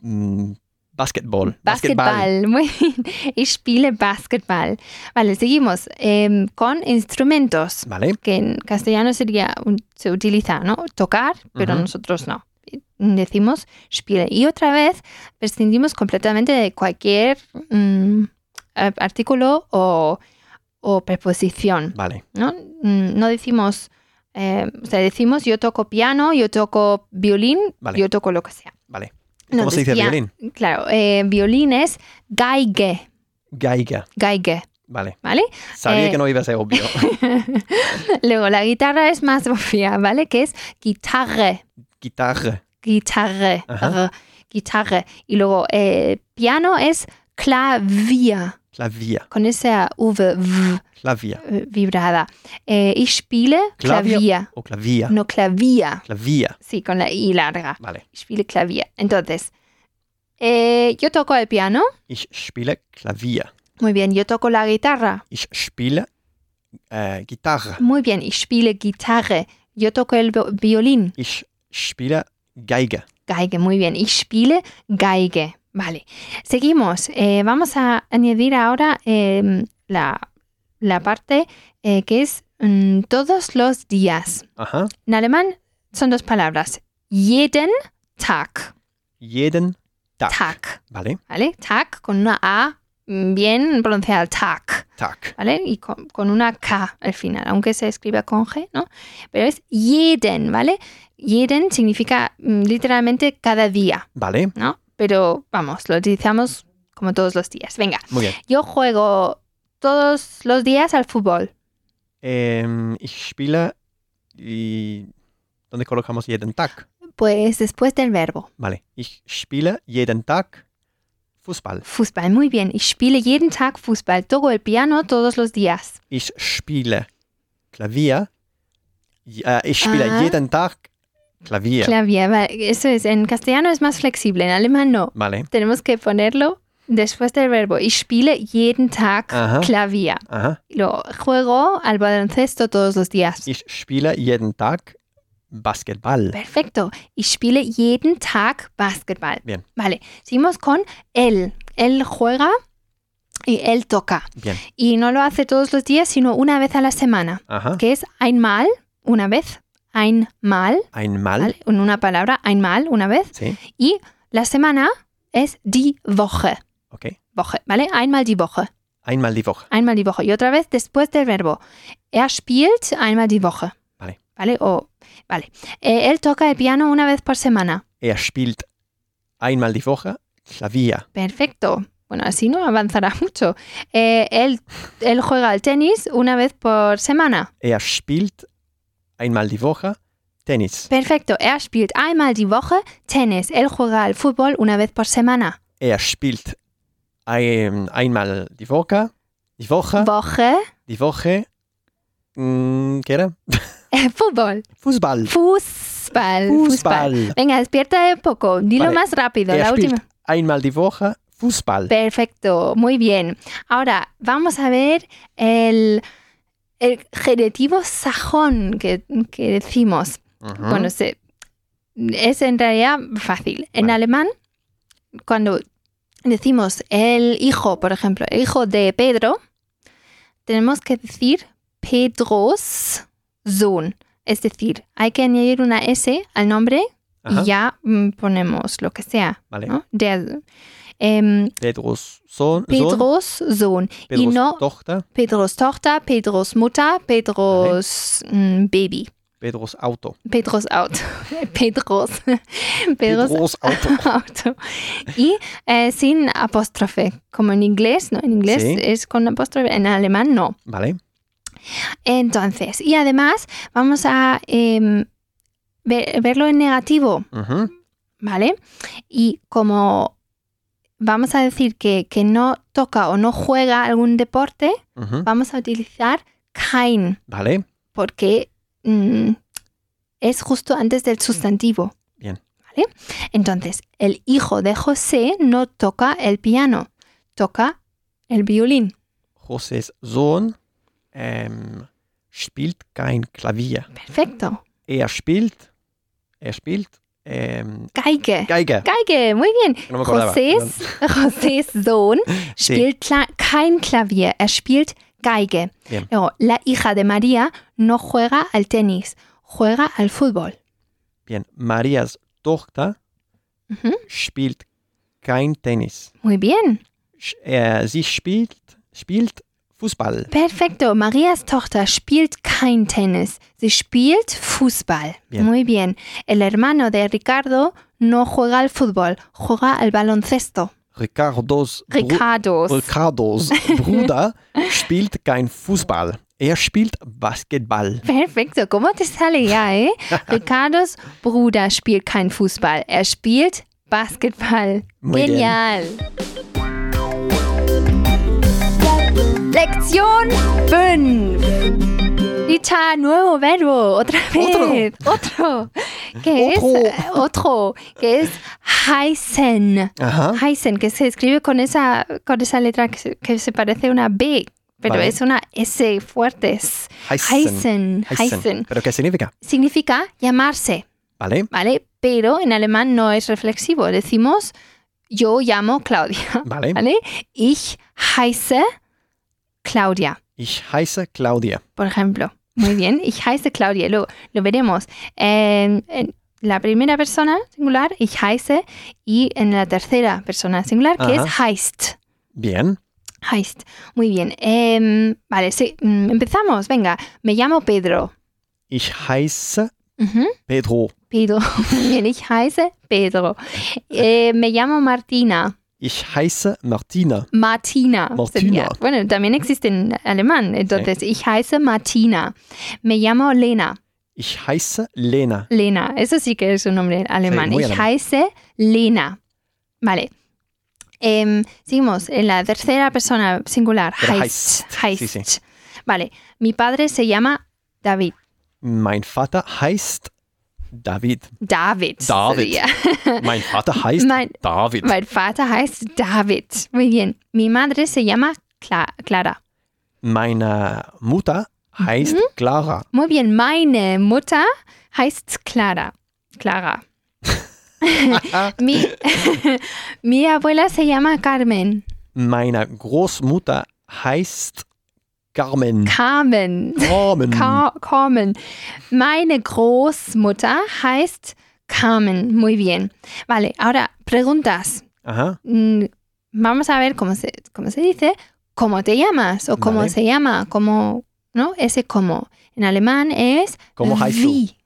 S2: mm, Basketball.
S1: basketball, (laughs) muy bien, ich spiele basketball. Vale, seguimos em, con instrumentos.
S2: Vale.
S1: que en castellano sería un- se utiliza, ¿no? Tocar, pero
S2: Ujú.
S1: nosotros no. Decimos spielen. Y otra vez prescindimos completamente de cualquier mm, a- artículo o, o preposición,
S2: Vale.
S1: ¿no? Mm, No decimos, eh, o sea, decimos yo toco piano, yo toco violín,
S2: Vale.
S1: yo toco lo que sea.
S2: Vale.
S1: No,
S2: ¿Cómo se dice
S1: decía-
S2: violín?
S1: Claro, eh, violín es geige,
S2: Geiger.
S1: geige,
S2: Vale.
S1: ¿vale?
S2: Sabía
S1: Eh.
S2: que no iba a ser obvio.
S1: (laughs)
S2: (laughs)
S1: Luego la guitarra es más (laughs) obvia, ¿vale? Que es guitarre.
S2: Guitarre.
S1: Gitarre.
S2: Ajá.
S1: r, Gitarre. Y luego eh, piano es Klavier.
S2: Klavier.
S1: Con esa V, v,
S2: Klavier.
S1: eh, vibrada. Eh, ich spiele
S2: Klavier.
S1: Klavier.
S2: O Klavier.
S1: No Klavier.
S2: Klavier.
S1: Sí, con la I larga.
S2: Vale.
S1: Ich spiele Klavier. Entonces, eh, yo toco el piano.
S2: Ich spiele Klavier.
S1: Muy bien. Yo toco la guitarra.
S2: Ich spiele äh, Gitarre.
S1: Muy bien. Ich spiele Gitarre. Yo toco el vi- violín.
S2: Ich spiele Geige.
S1: Geige, muy bien. Ich spiele Geige. Vale. Seguimos. Eh, vamos a añadir ahora em, la, la parte eh, que es mm, todos los días.
S2: Aha.
S1: En alemán son dos palabras. Jeden Tag.
S2: Jeden Tag.
S1: Tag.
S2: Vale.
S1: ¿Vale? Tag con una A mm, bien pronunciada. Tag.
S2: Tag.
S1: ¿Vale? Y con, con una K al final, aunque se escriba con G, ¿no? Pero es jeden, ¿vale? Jeden significa mm, literalmente cada día.
S2: Vale.
S1: ¿no? Pero vamos, lo utilizamos como todos los días. Venga,
S2: Muy bien.
S1: yo juego todos los días al fútbol.
S2: Ähm, ich spiele. i- Donde colocamos jeden Tag?
S1: Pues después del verbo.
S2: Vale. Ich spiele jeden Tag Fußball.
S1: Fußball, muy bien. Ich spiele jeden Tag Fußball. Toco el piano todos los días.
S2: Ich spiele Klavier. Ja, ich spiele
S1: Aha.
S2: jeden Tag Klavier.
S1: Clavier, va- eso es. En castellano es más flexible, en alemán no.
S2: vale.
S1: Tenemos que ponerlo después del verbo. Ich spiele jeden Tag
S2: Ajá.
S1: Klavier.
S2: Aha.
S1: Lo juego al baloncesto todos los días.
S2: Ich spiele jeden Tag Basketball.
S1: Perfecto. Ich spiele jeden Tag Basketball.
S2: Bien.
S1: Vale. Seguimos con él. Él juega y él toca.
S2: Bien.
S1: Y no lo hace todos los días, sino una vez a la semana,
S2: Aha.
S1: que es einmal, una vez, einmal,
S2: Einmal.
S1: ¿vale? En una palabra, einmal, una vez.
S2: Sí.
S1: Y la semana es die Woche.
S2: Okay.
S1: Woche, ¿vale? Einmal die Woche.
S2: Einmal die Woche.
S1: Einmal die Woche. Y otra vez después del verbo. Er spielt einmal die Woche.
S2: Vale.
S1: ¿Vale? O, vale. Eh, él toca el piano una vez por semana.
S2: Er spielt einmal die Woche Klavier.
S1: Perfecto. Bueno, así no avanzará (laughs) mucho. Eh, él, él juega al tenis una vez por semana.
S2: Er spielt einmal die Woche Tennis.
S1: Perfecto. Er spielt einmal die Woche Tennis. Él juega al fútbol una vez por semana.
S2: Er spielt ein, einmal die Woche. Die Woche.
S1: Woche.
S2: Die Woche. mm, ¿Qué era?
S1: eh, fútbol.
S2: Fußball.
S1: Fußball.
S2: Fußball.
S1: Venga, despierta un poco. Dilo
S2: Vale.
S1: más rápido.
S2: Er
S1: la
S2: spielt
S1: última.
S2: einmal die Woche Fußball.
S1: Perfecto. Muy bien. Ahora vamos a ver el, el genitivo sajón que, que decimos.
S2: Mhm.
S1: Bueno, se- es en realidad fácil. En
S2: Vale.
S1: alemán, cuando decimos el hijo, por ejemplo, el hijo de Pedro, tenemos que decir Pedros Sohn. Es decir, hay que añadir una S al nombre
S2: Ajá,
S1: y ya mm, ponemos lo que sea.
S2: vale.
S1: ¿no? Der- Em,
S2: Pedros Sohn, Sohn
S1: Pedros Sohn. y
S2: Pedros
S1: no-
S2: Tochter,
S1: Pedros Tochter, Pedros Mutter, Pedros mm, Baby.
S2: Pedros Auto.
S1: Pedros Auto. (laughs) Pedros. Pedros
S2: Pedros Auto.
S1: Auto. Y eh, sin apóstrofe, como en inglés, ¿no? En inglés
S2: Sí.
S1: es con apóstrofe, en alemán no.
S2: (laughs) Vale.
S1: Entonces, y además vamos a em, ver- verlo en negativo,
S2: Ujú.
S1: ¿vale? Y como vamos a decir que, que no toca o no juega algún deporte,
S2: Ujú.
S1: vamos a utilizar kein,
S2: Mhm. Vale.
S1: porque mm, es justo antes del sustantivo.
S2: Bien.
S1: ¿Vale? Entonces, el hijo de José no toca el piano, toca el violín.
S2: Josés Sohn ähm, spielt kein Klavier.
S1: Perfecto.
S2: Er spielt, er spielt ähm,
S1: Geige.
S2: Geige.
S1: Geige, muy bien.
S2: No me acordaba.
S1: Josés, (laughs) Josés Sohn spielt cla- kein Klavier, er spielt Geige.
S2: Bien.
S1: Luego, la hija de María no juega al tenis, juega al fútbol.
S2: Bien. Marias Tochter
S1: Ujú,
S2: spielt kein Tennis.
S1: Muy bien,
S2: Sch- Er, sie spielt, spielt Fußball.
S1: perfecto. Marías Tochter spielt kein Tennis, sie spielt Fußball.
S2: Bien.
S1: Muy bien. El hermano de Ricardo no juega al fútbol, juega al baloncesto.
S2: Ricardos, Bru-
S1: Ricardos.
S2: Ricardos
S1: (laughs)
S2: Bruder spielt kein Fußball. Er spielt Basketball.
S1: Perfecto, ¿cómo te sale ya,
S2: (laughs)
S1: eh? Ricardos Bruder spielt kein Fußball, er spielt Basketball.
S2: Muy bien.
S1: Genial. Lección 5. Dicha, nuevo verbo, otra vez. Otro. Que es
S2: Otro.
S1: eh, otro, que es heißen.
S2: Aha.
S1: Heißen, que se escribe con esa, con esa letra que se, que se parece a una B, pero
S2: Vale.
S1: es una S fuerte. Es Heißen. Heißen.
S2: ¿Pero qué significa?
S1: Significa llamarse,
S2: ¿Vale?
S1: ¿vale? Pero en alemán no es reflexivo. Decimos, yo llamo Claudia,
S2: Vale.
S1: ¿vale? Ich heiße Claudia,
S2: Ich heiße Claudia.
S1: por ejemplo. Muy bien, ich heiße Claudia, lo, lo veremos. En, en la primera persona singular, ich heiße, y en la tercera persona singular, que es heißt.
S2: Bien.
S1: Heißt. Muy bien. Em, vale, sí, mm, empezamos. Venga, me llamo Pedro.
S2: Ich heiße
S1: Ujú.
S2: Pedro.
S1: Pedro. (laughs) Muy bien, ich heiße
S2: (laughs)
S1: Pedro. Eh, me llamo Martina.
S2: Ich heiße Martina.
S1: Martina.
S2: Martina.
S1: sería. Bueno, también existe en alemán. Entonces, ich heiße Martina. Me llamo Lena.
S2: Ich heiße Lena.
S1: Lena. Eso sí que es un nombre alemán.
S2: muy
S1: ich
S2: alemán.
S1: heiße Lena. Vale. Em, seguimos en la tercera persona singular.
S2: Pero
S1: Heißt.
S2: heißt.
S1: heißt.
S2: Sí, sí.
S1: Vale. Mi padre se llama David.
S2: Mein Vater heißt
S1: (laughs)
S2: David.
S1: David.
S2: David.
S1: sería.
S2: Mein Vater heißt
S1: Mein-
S2: David.
S1: Mein Vater heißt David. Muy bien. Mi madre se llama Cla- Clara.
S2: Meine Mutter heißt
S1: Mhm.
S2: Clara.
S1: Muy bien. Meine Mutter heißt Clara. Clara. mi, (laughs) mi abuela se llama Carmen.
S2: Meine Großmutter heißt Carmen.
S1: Carmen.
S2: Carmen.
S1: Car Carmen. Meine Großmutter heißt Carmen. Muy bien. Vale, ahora preguntas.
S2: Aha.
S1: Mm, Vamos a ver cómo se, cómo se dice, cómo te llamas o cómo
S2: Vale.
S1: se llama, cómo, ¿no? Ese cómo. En alemán es
S2: ¿Cómo heißt
S1: (laughs)
S2: du?
S1: Wie.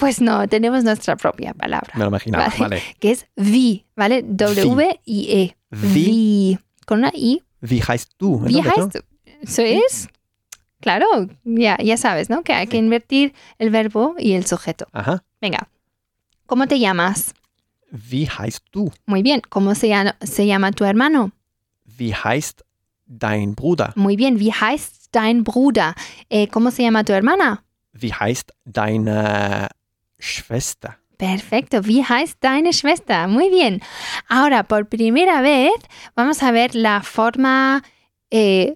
S1: pues no, tenemos nuestra propia palabra,
S2: Me lo imaginaba.
S1: Vale. (laughs)
S2: Vale.
S1: que es vi, ¿vale? W-I-E.
S2: Wie,
S1: Vi. Con una I.
S2: wie heißt du?
S1: Vi
S2: Entonces, ¿no?
S1: heißt. Eso es. Claro, ya, ya sabes, ¿no? Que hay que invertir el verbo y el sujeto.
S2: Ajá.
S1: Venga. ¿Cómo te llamas?
S2: Wie heißt du?
S1: Muy bien. ¿Cómo se llama, se llama tu hermano?
S2: Wie heißt dein Bruder?
S1: Muy bien. Wie heißt dein Bruder? Eh, ¿Cómo se llama tu hermana?
S2: Wie heißt deine Schwester?
S1: Perfecto, wie heißt deine Schwester? Muy bien. Ahora, por primera vez, vamos a ver la forma eh,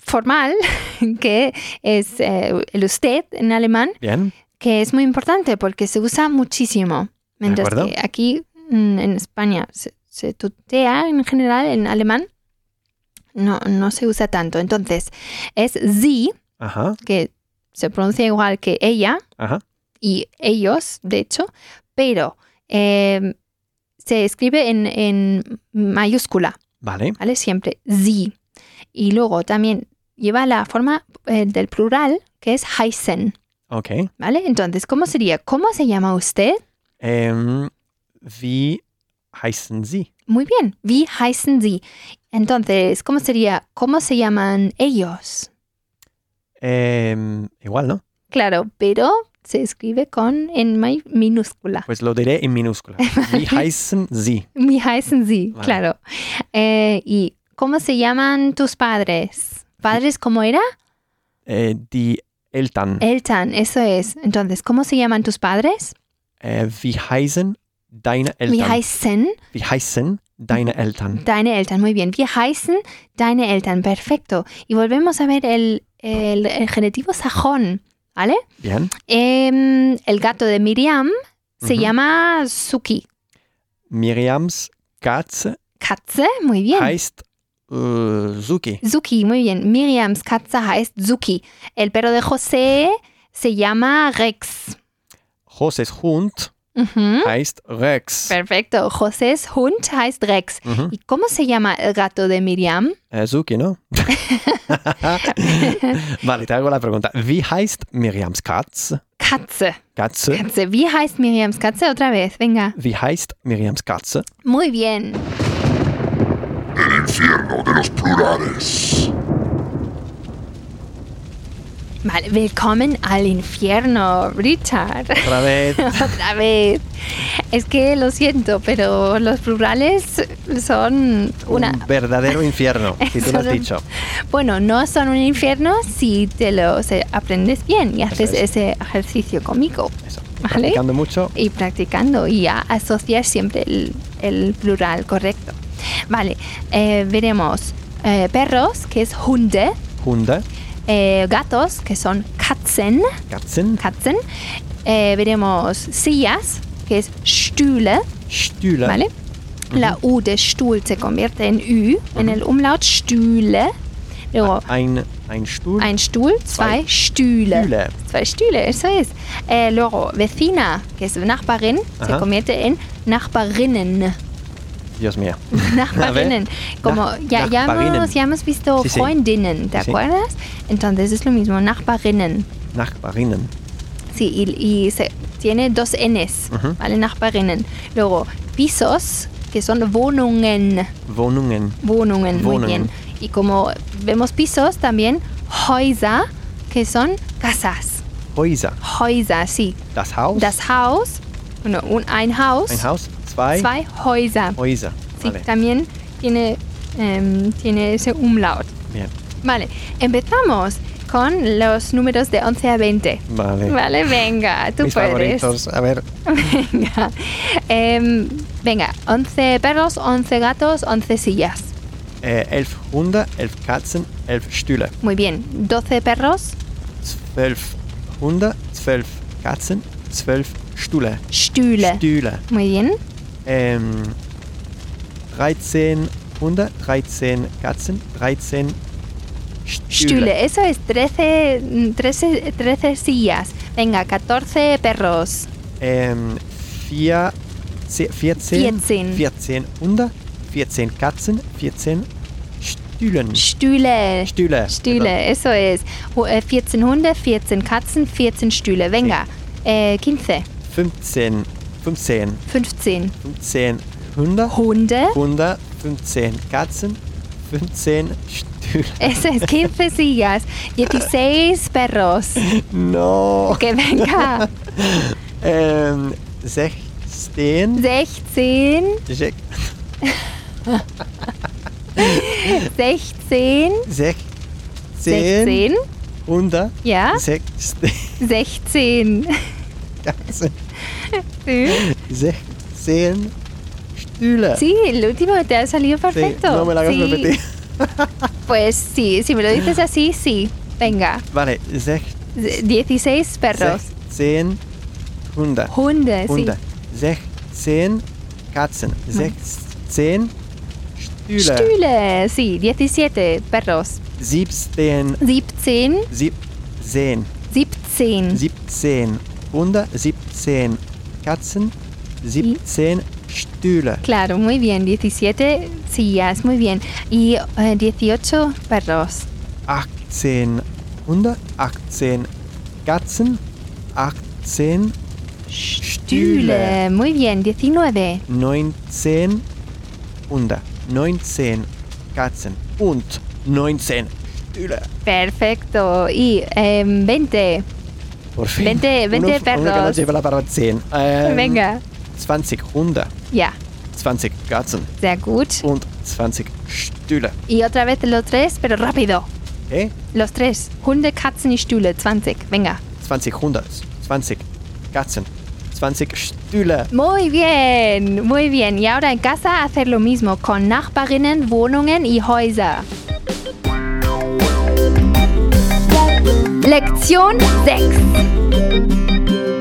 S1: formal, (laughs) que es eh, el usted en alemán,
S2: Bien.
S1: que es muy importante porque se usa muchísimo. Mientras
S2: acuerdo.
S1: que aquí mm, en España se, se tutea en general, en alemán no, no se usa tanto. Entonces, es sie,
S2: Ajá,
S1: que se pronuncia igual que ella,
S2: ajá.
S1: y ellos, de hecho, pero eh, se escribe en, en mayúscula,
S2: Vale.
S1: ¿vale? Siempre, sie. Y luego también lleva la forma eh, del plural, que es heißen,
S2: Ok.
S1: ¿vale? Entonces, ¿cómo sería? ¿Cómo se llama usted?
S2: Ähm, wie heißen Sie?
S1: Muy bien, wie heißen Sie? Entonces, ¿cómo sería? ¿Cómo se llaman ellos?
S2: Ähm, igual, ¿no?
S1: Claro, pero se escribe con en may- minúscula.
S2: Pues lo diré en minúscula. Wie heißen Sie?
S1: (laughs) Wie heißen Sie?
S2: Vale.
S1: Claro. Eh, ¿Y cómo se llaman tus padres? ¿Padres cómo era?
S2: Äh, die Eltern.
S1: Eltern, eso es. Entonces, ¿cómo se llaman tus padres?
S2: Äh, wie heißen deine Eltern?
S1: Wie heißen
S2: Wie heißen deine Eltern?
S1: deine Eltern? Muy bien. Wie heißen deine Eltern? Perfecto. Y volvemos a ver el, el, el genitivo sajón, ¿vale?
S2: Bien.
S1: Em, el gato de Miriam se
S2: Ujú.
S1: llama Suki.
S2: Miriams Katze
S1: Katze, muy bien.
S2: heißt äh, Suki.
S1: Zuki, muy bien. Miriams Katze heißt Zuki. El perro de José se llama Rex.
S2: Joses Hund
S1: Ujú.
S2: heißt Rex.
S1: Perfecto. José's Hund heißt Rex.
S2: Mhm.
S1: ¿Y cómo se llama el gato de Miriam?
S2: Äh, Suki, ¿no? (laughs) vale, te hago la pregunta. Wie heißt Miriams Katz?
S1: Katze.
S2: Katze?
S1: Katze. Wie heißt Miriams Katze? Otra vez, venga.
S2: Wie heißt Miriams Katze?
S1: Muy bien.
S3: El infierno de los plurales.
S1: Vale, willkommen al infierno, Richard. (laughs)
S2: Otra vez.
S1: Otra vez. Es que lo siento, pero los plurales son una,
S2: Un verdadero infierno, si tú lo has
S1: Solo-
S2: dicho.
S1: Bueno, no son un infierno si te los eh, aprendes bien y haces
S2: es.
S1: ese ejercicio conmigo
S2: Eso.
S1: Ah, Vale.
S2: Practicando mucho.
S1: y practicando y a- asociar siempre el, el plural correcto. Vale, eh, veremos eh, perros, que es Hunde,
S2: Hunde,
S1: eh, gatos, que son Katzen,
S2: Katzen,
S1: Katzen. eh, veremos sillas, que es Stühle,
S2: Stühle,
S1: ¿vale? La U de Stuhl se convierte en Ü en el umlaut Stühle. Luego,
S2: ein, ein Stuhl,
S1: Ein Stuhl, zwei
S2: Zwei
S1: Stühle.
S2: Stühle.
S1: Zwei Stühle, eso es. Eh, luego, vecina, que es Nachbarin, se
S2: Ajá.
S1: convierte en
S2: (laughs)
S1: Nachbarinnen.
S2: Dios mío.
S1: Nachbarinnen. Como
S2: Nach-
S1: ya, ya,
S2: Nachbarinnen.
S1: hemos, ya hemos visto
S2: Sí, sí.
S1: Freundinnen, ¿te
S2: Sí.
S1: acuerdas? Entonces es lo mismo, Nachbarinnen.
S2: Nachbarinnen,
S1: Sí, y, y se, tiene dos Ns,
S2: Ujú.
S1: ¿vale? Nachbarinnen. Luego, pisos, que son Wohnungen.
S2: Wohnungen,
S1: Wohnungen, muy
S2: Wohnungen.
S1: bien. Y como vemos pisos, también Häuser, que son casas.
S2: Häuser,
S1: Häuser, sí.
S2: das Haus,
S1: Das Haus, bueno, un, ein Haus,
S2: ein Haus, zwei,
S1: zwei Häuser.
S2: Häuser.
S1: Sí,
S2: Vale,
S1: también tiene, em, tiene ese umlaut.
S2: bien.
S1: Vale, empezamos con los números de 11 a 20.
S2: Vale.
S1: Vale, venga, tú
S2: Mis
S1: puedes.
S2: favoritos, a ver,
S1: (laughs) Venga. Em, venga, 11 perros, 11 gatos, 11 sillas.
S2: äh, elf Hunde, elf Katzen, elf Stühle,
S1: Muy bien, 12 perros,
S2: zwölf Hunde, zwölf Katzen, zwölf Stühle,
S1: Stühle.
S2: Stühle,
S1: Muy bien,
S2: ähm, 13 Hunde, 13 Katzen, 13 Stühle.
S1: Stühle. Eso es 13, mm, 13, 13 sillas. Venga, 14 perros.
S2: Ähm, vier, ze- 14,
S1: 14.
S2: 14 Hunde, 14 Katzen, 14 Stühlen.
S1: Stühle.
S2: Stühle. genau.
S1: Stühle, eso es. Hu- eh, 14 Hunde, 14 Katzen, 14 Stühle. Venga, eh, 15,
S2: Genau. 15, 15,
S1: 15
S2: 15 Hunde,
S1: Hunde.
S2: Hunde, 15 Katzen, 15 Stühle.
S1: Eso es, 15 sillas, 16 perros.
S2: (laughs) No.
S1: Que venga,
S2: (laughs) Ähm, 16,
S1: 16,
S2: sech-
S1: 16,
S2: 16
S1: 16,
S2: Hunde,
S1: ja,
S2: (laughs) 16
S1: 16.
S2: Katzen,
S1: Sí,
S2: 16 Stühle.
S1: Sí, el último te ha salido perfecto.
S2: Sí, no me la hagas
S1: Sí,
S2: repetir. (laughs)
S1: Pues sí, si me lo dices así, sí. Venga,
S2: Vale, sech-
S1: de- 16 perros.
S2: 16 Hunde.
S1: Hunde, sí.
S2: Hunde. 16 Katzen. 16 Stühle.
S1: Stühle, sí, 17 perros.
S2: 17,
S1: 17,
S2: 17,
S1: 17.
S2: 17 Hunde, 17 Katzen, 17 Stühle.
S1: Claro, muy bien. 17 sillas, muy bien. Y eh, 18 perros.
S2: 18 Hunde, 18 Katzen, 18, Stühle.
S1: Muy bien. 19.
S2: 19 Hunde, 19 Katzen und 19 Stühle.
S1: Perfecto. Y em, 20.
S2: Por fin.
S1: Vente- vente,
S2: uno, Uno que no
S1: perros.
S2: lleva la palabra 10. Ähm,
S1: Venga.
S2: 20 Hunde,
S1: Ya,
S2: 20 Katzen
S1: sehr gut.
S2: und 20 Stühle. Eh?
S1: Y otra vez los tres, pero rápido.
S2: Okay?
S1: Los tres. Hunde, Katzen y Stühle. 20. Venga.
S2: 20 Hunde, 20 Katzen, 20 Stühle.
S1: Muy bien, muy bien. Y ahora en casa hacer lo mismo con Nachbarinnen, Wohnungen y Häuser. Lección 6.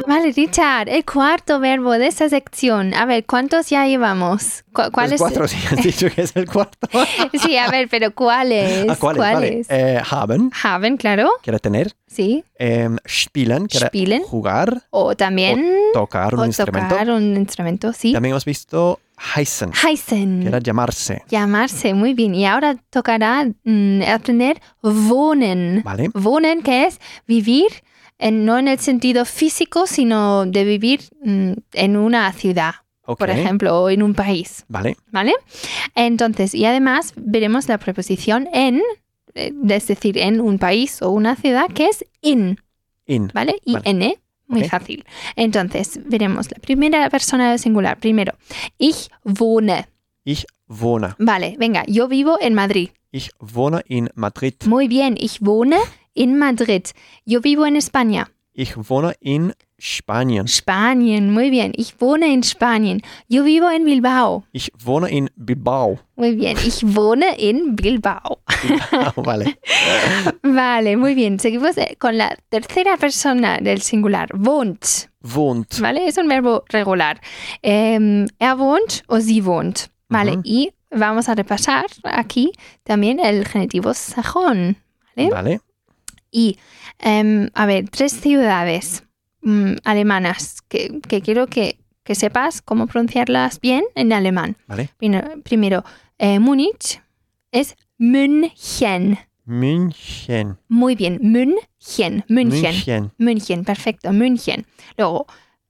S1: Vale, Richard, el cuarto verbo de esa sección. A ver, ¿cuántos ya llevamos? ¿Cu- ¿Cuál
S2: el
S1: es?
S2: Pues cuatro, (laughs) sí, has dicho que es el cuarto.
S1: (laughs) Sí, a ver, pero ¿cuáles?
S2: Ah, ¿Cuál es? Vale. Eh, haben,
S1: Haben, claro.
S2: quiere tener.
S1: Sí.
S2: Em, spielen, quiere
S1: Spielen.
S2: jugar.
S1: O también
S2: Tocar un
S1: o
S2: instrumento.
S1: tocar un instrumento, sí.
S2: También hemos visto heißen,
S1: Heißen.
S2: que era llamarse.
S1: Llamarse, muy bien. Y ahora tocará mm, aprender wohnen.
S2: Vale.
S1: Wohnen, que es vivir, en- no en el sentido físico, sino de vivir mm, en una ciudad,
S2: Ok.
S1: por ejemplo, o en un país,
S2: Vale.
S1: ¿vale? Entonces, y además veremos la preposición en, eh, es decir, en un país o una ciudad, que es in,
S2: In.
S1: ¿vale? Y
S2: Vale.
S1: n, muy
S2: Ok.
S1: fácil. Entonces, veremos la primera persona del singular. Primero, ich wohne.
S2: Ich wohne.
S1: Vale, venga, yo vivo en Madrid.
S2: Ich wohne in Madrid.
S1: Muy bien, ich wohne in Madrid. Yo vivo en España.
S2: Ich wohne in Spanien.
S1: Spanien, muy bien. Ich wohne in Spanien. Yo vivo en Bilbao.
S2: Ich wohne in
S1: (laughs)
S2: Bilbao.
S1: Muy bien, ich wohne in Bilbao. (laughs)
S2: Ah, vale.
S1: Vale, muy bien. Seguimos eh, con la tercera persona del singular, wohnt.
S2: Wohnt.
S1: Vale, es un verbo regular. Em, er wohnt o sie wohnt. Vale,
S2: Ujú.
S1: y vamos a repasar aquí también el genitivo sajón. ¿Eh?
S2: Vale.
S1: Y, em, a ver, tres ciudades mm, alemanas que, que quiero que, que sepas cómo pronunciarlas bien en alemán.
S2: Vale.
S1: Primero, primero, eh, Múnich es München.
S2: München.
S1: Muy bien, München, München.
S2: München.
S1: München, perfecto, München. Luego,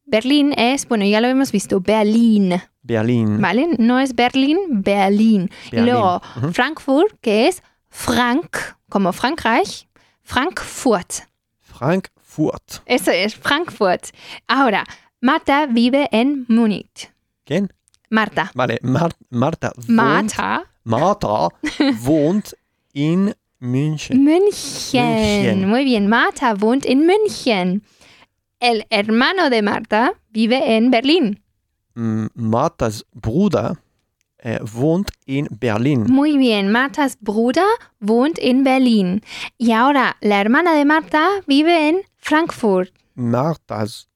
S1: Berlín es, bueno, ya lo hemos visto, Berlín,
S2: Berlin.
S1: ¿vale? No es Berlín, Berlín. Y
S2: Berlin.
S1: luego,
S2: Ujú.
S1: Frankfurt, que es Frank, como Frankreich, Frankfurt.
S2: Frankfurt.
S1: Eso es, Frankfurt. Ahora, Marta vive en Múnich.
S2: ¿Quién?
S1: Marta.
S2: Vale. Mar Marta wohnt.
S1: Marta. (laughs)
S2: Martha wohnt in
S1: München.
S2: München. München.
S1: Muy bien, Marta wohnt en München. El hermano de Marta vive en Berlín.
S2: M- Marthas Bruder äh, wohnt in Berlin.
S1: Muy bien, Martas Bruder wohnt en Berlín. Y ahora, la hermana de Marta vive en Frankfurt.
S2: Marthas,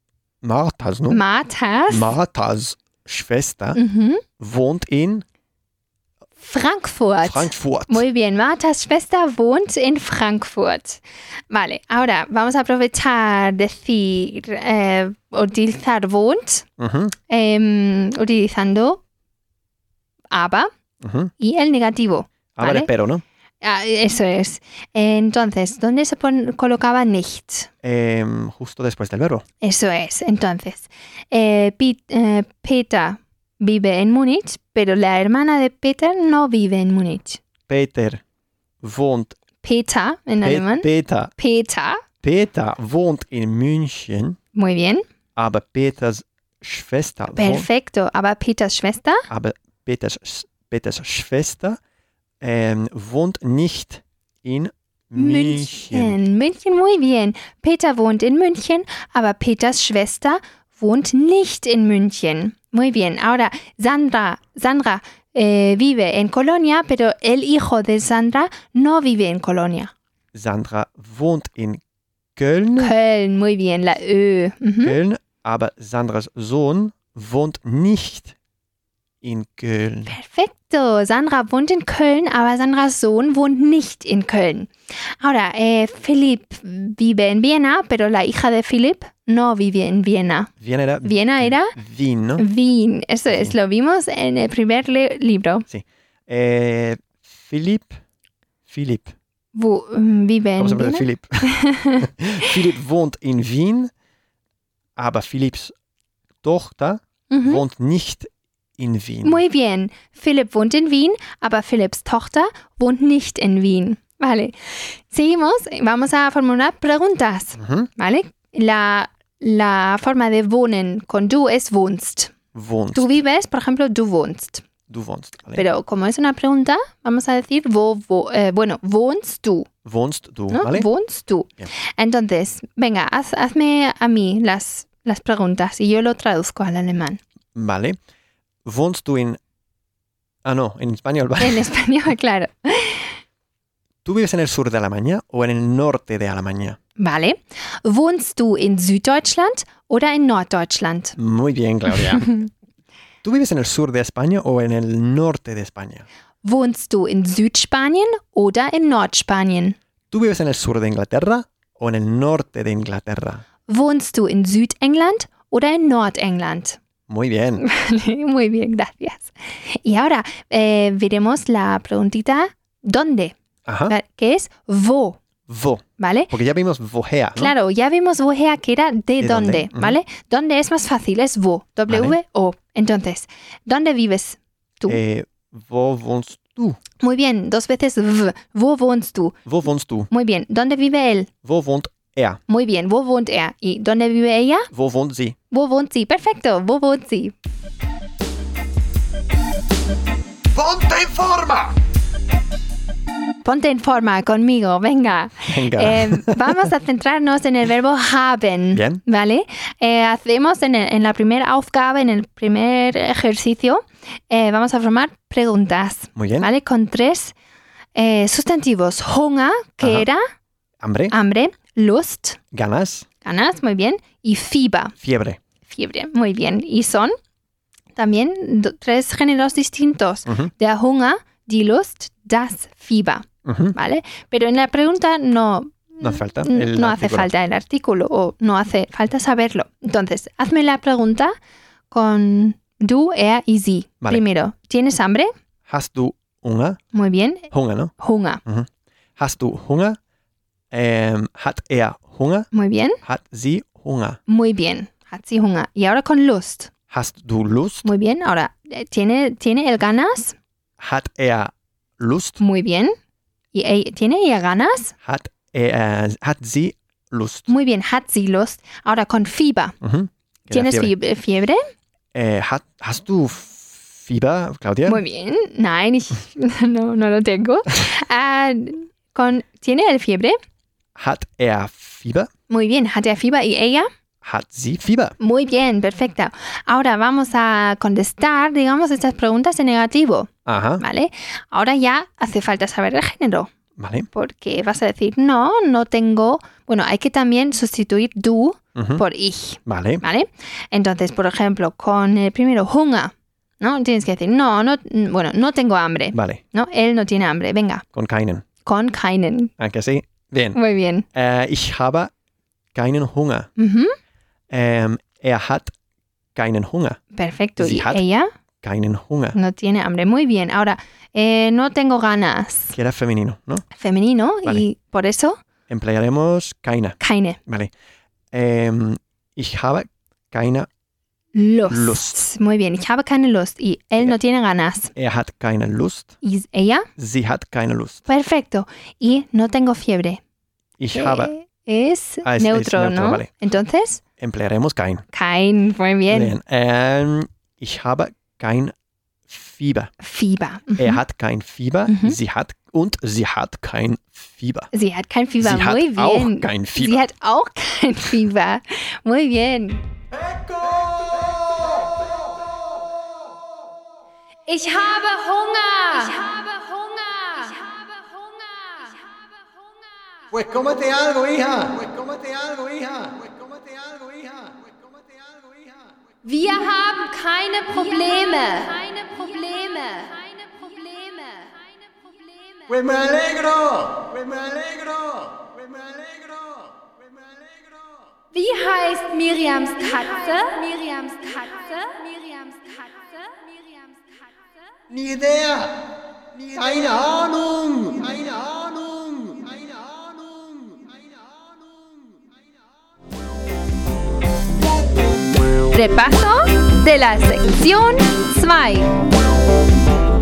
S2: Marthas, no?
S1: Martas.
S2: Marthas Schwester
S1: Ujú.
S2: wohnt in
S1: Frankfurt.
S2: Frankfurt.
S1: Muy bien, Martas Schwester wohnt en Frankfurt. Vale, ahora vamos a aprovechar, decir, eh, utilizar wohnt,
S2: Mhm,
S1: em, utilizando aber
S2: mhm.
S1: y el negativo.
S2: Aber
S1: Vale.
S2: der Pero, ne?
S1: Ah, eso es. Entonces, ¿dónde se pon- colocaba nicht?
S2: Ähm, justo después del verbo.
S1: Eso es. Entonces, eh, Pi- eh, Peter vive en Múnich, pero la hermana de Peter no vive en Múnich.
S2: Peter wohnt.
S1: Peter, en
S2: Pe-
S1: alemán.
S2: Peter.
S1: Peter.
S2: Peter wohnt in München,
S1: Muy bien.
S2: aber Peters Schwester wohnt.
S1: Perfecto. Aber Peters Schwester,
S2: Aber Peters, Sch- Peters Schwester ähm, wohnt nicht in München.
S1: München. München, muy bien. Peter wohnt in München, aber Peters Schwester wohnt nicht in München. Muy bien. Ahora, Sandra, Sandra eh, vive en Colonia, pero el hijo de Sandra no vive en Colonia.
S2: Sandra wohnt in Köln.
S1: Köln, muy bien. La Ö. Mhm.
S2: Köln, aber Sandras Sohn wohnt nicht in Köln.
S1: Perfecto. Sandra wohnt in Köln, aber Sandras Sohn wohnt nicht en Köln. Ahora, eh, Philip vive en Viena, pero la hija de Philip no vive en Viena.
S2: Viena era.
S1: Viena era
S2: Wien,
S1: Äh,
S2: ¿no?
S1: Wien. Eso es, lo vimos en el primer le- libro.
S2: Eh, Philip. Philip.
S1: Wo- mm, vive
S2: Vamos a
S1: en
S2: poner
S1: Viena.
S2: (laughs) Philip. Philip wohnt in Wien, aber Philips Tochter
S1: Mhm.
S2: wohnt nicht in Wien.
S1: Muy bien. Philipp wohnt in Wien, aber Philipps Tochter wohnt nicht en Wien. Vale. Seguimos. Vamos a formular preguntas.
S2: Mhm.
S1: Vale. La, la forma de wohnen con du es wohnst.
S2: Wohnst.
S1: Tú vives, por ejemplo, du wohnst.
S2: Du wohnst. Vale.
S1: Pero como es una pregunta, vamos a decir, wo, wo- eh, bueno, wohnst tú,
S2: wohnst du,
S1: ¿no?
S2: ¿vale?
S1: Wohnst tú.
S2: Bien.
S1: Entonces, venga, haz- hazme a mí las, las preguntas y yo lo traduzco al alemán.
S2: Vale. Wohnst du in. Ah, no, en español, vale.
S1: En (laughs) español, claro.
S2: ¿Tú vives en el sur de Alemania o en el norte de Alemania?
S1: Vale. Wohnst du in Süddeutschland oder in Norddeutschland?
S2: Muy bien, Claudia. (laughs) ¿Tú vives en el sur de España o en el norte de España?
S1: Wohnst du in Südspanien oder in Nordspanien?
S2: ¿Tú vives en el sur de Inglaterra o en el norte de Inglaterra?
S1: Wohnst du in Südengland oder in Nordengland? (laughs)
S2: Muy bien.
S1: Muy bien, gracias. Y ahora eh, veremos la preguntita ¿dónde?
S2: Ajá.
S1: Que es wo,
S2: Vo.
S1: ¿vale?
S2: Porque ya vimos vojea, ¿no?
S1: Claro, ya vimos woher que era de,
S2: De dónde,
S1: dónde,
S2: ujú.
S1: ¿vale? Dónde es más fácil es wo,
S2: Vale.
S1: W-O. Entonces, ¿dónde vives? tú.
S2: Eh, wo wohnst du?
S1: Muy bien, dos veces v. Wo wohnst du?
S2: Wo wohnst du?
S1: Muy bien. ¿Dónde vive él?
S2: Wo wohnt er?
S1: Muy bien. ¿Wo wohnt er? ¿Y dónde vive ella?
S2: Wo wohnt sie?
S1: ¿Wo wohnt sie? Perfecto. ¿Wo wohnt sie?
S3: ¡Ponte en forma!
S1: Ponte en forma conmigo. Venga.
S2: Venga.
S1: Eh, vamos
S2: (laughs)
S1: a centrarnos en el verbo haben.
S2: Bien.
S1: ¿Vale? Eh, hacemos en, el- en la primera aufgabe, en el primer ejercicio, eh, vamos a formar preguntas.
S2: Muy bien.
S1: ¿Vale? Con tres eh, sustantivos. Hunger, que
S2: Ajá.
S1: era
S2: Hambre,
S1: hambre. Lust,
S2: ganas,
S1: ganas, muy bien. Y Fieber.
S2: fiebre.
S1: fiebre. Muy bien. Y son también do- tres géneros distintos.
S2: Ujú,
S1: Der Hunger, die Lust, das Fieber,
S2: ujú.
S1: ¿vale? Pero en la pregunta no,
S2: No hace falta. el
S1: Mm, no hace
S2: artículo.
S1: falta el artículo o no hace falta saberlo. Entonces, hazme la pregunta con du, er y sie.
S2: Vale.
S1: Primero, ¿tienes hambre?
S2: Hast du Hunger?
S1: Muy bien.
S2: Hunger, ¿no?
S1: Hunger.
S2: Hast du Hunger? Ähm, hat er Hunger?
S1: Muy bien.
S2: Hat sie Hunger?
S1: Muy bien. Hat sie Hunger. Y ahora con Lust.
S2: Hast du Lust?
S1: Muy bien. Ahora, eh, ¿tiene, ¿tiene él ganas?
S2: Hat er Lust?
S1: Muy bien. ¿Y, eh, ¿Tiene ella ganas?
S2: Hat, er, hat sie Lust?
S1: Muy bien, hat sie Lust. Ahora con Fieber.
S2: Mhm. Ja,
S1: ¿Tienes
S2: Fieber.
S1: fiebre? fiebre?
S2: Äh, hat, hast du Fieber, Claudia?
S1: Muy bien. Nein, ich, (laughs) no, no lo tengo. Ah, con, ¿Tiene el fiebre?
S2: Hat er Fieber?
S1: Muy bien, hat er Fieber y ella?
S2: Hat sie Fieber?
S1: Muy bien, perfecta. Ahora vamos a contestar, digamos, estas preguntas en negativo,
S2: Aha,
S1: ¿vale? Ahora ya hace falta saber el género,
S2: vale.
S1: porque vas a decir, no, no tengo... Bueno, hay que también sustituir du
S2: Mhm.
S1: por ich.
S2: Vale.
S1: ¿vale? Entonces, por ejemplo, con el primero, hunger, ¿no? Tienes que decir, no, no, mm, bueno, no tengo hambre,
S2: Vale.
S1: ¿no? Él no tiene hambre, venga,
S2: Con keinen.
S1: con keinen.
S2: Danke, sie. Wen?
S1: Muy bien.
S2: Äh, ich habe keinen Hunger.
S1: Ujú,
S2: Ähm, er hat keinen Hunger.
S1: Perfecto.
S2: Sie
S1: Y
S2: hat-
S1: ella
S2: Keinen Hunger.
S1: no tiene hambre. Muy bien. Ahora, eh, no tengo ganas.
S2: Que era femenino, ¿no?
S1: Femenino
S2: Vale.
S1: y por eso,
S2: Emplearemos keine.
S1: keine.
S2: Vale. Ähm, ich habe keine,
S1: Lust.
S2: Lust.
S1: Muy bien. Ich habe keine Lust. Y él
S2: Ya.
S1: no tiene ganas.
S2: er hat keine Lust.
S1: Y ella,
S2: Sie hat keine Lust.
S1: perfecto. Y no tengo fiebre.
S2: Ich habe.
S1: Eh, es,
S2: Ah, es- es
S1: neutro,
S2: neutro,
S1: ¿no?
S2: vale.
S1: Entonces,
S2: Emplearemos kein.
S1: kein. Muy bien.
S2: Bien. Ähm, ich habe kein Fieber.
S1: Fieber. (laughs)
S2: Er hat kein Fieber.
S1: Mhm.
S2: Sie hat und sie hat kein Fieber.
S1: Sie hat kein Fieber.
S2: Sie hat
S1: Muy bien.
S2: auch kein Fieber.
S1: Sie hat auch kein Fieber. Muy bien. Ich habe Hunger.
S4: Pues cómete algo, hija. Pues cómete algo, hija. Pues cómete algo, hija. Pues cómete algo, hija.
S1: Wir haben keine Probleme. Keine Probleme. Keine Probleme. Keine Probleme.
S3: ¡Pues me alegro! ¡Pues me alegro! ¡Pues me alegro! ¡Pues me alegro!
S1: Wie heißt Miriams Katze? Miriams Katze? Miriams Katze? Miriams Katze?
S3: ¡Ni idea! ¡Keine Ahnung! ¡Keine Ahnung! ¡Keine Ahnung! ¡Keine Ahnung!
S1: Repaso de la sección 2.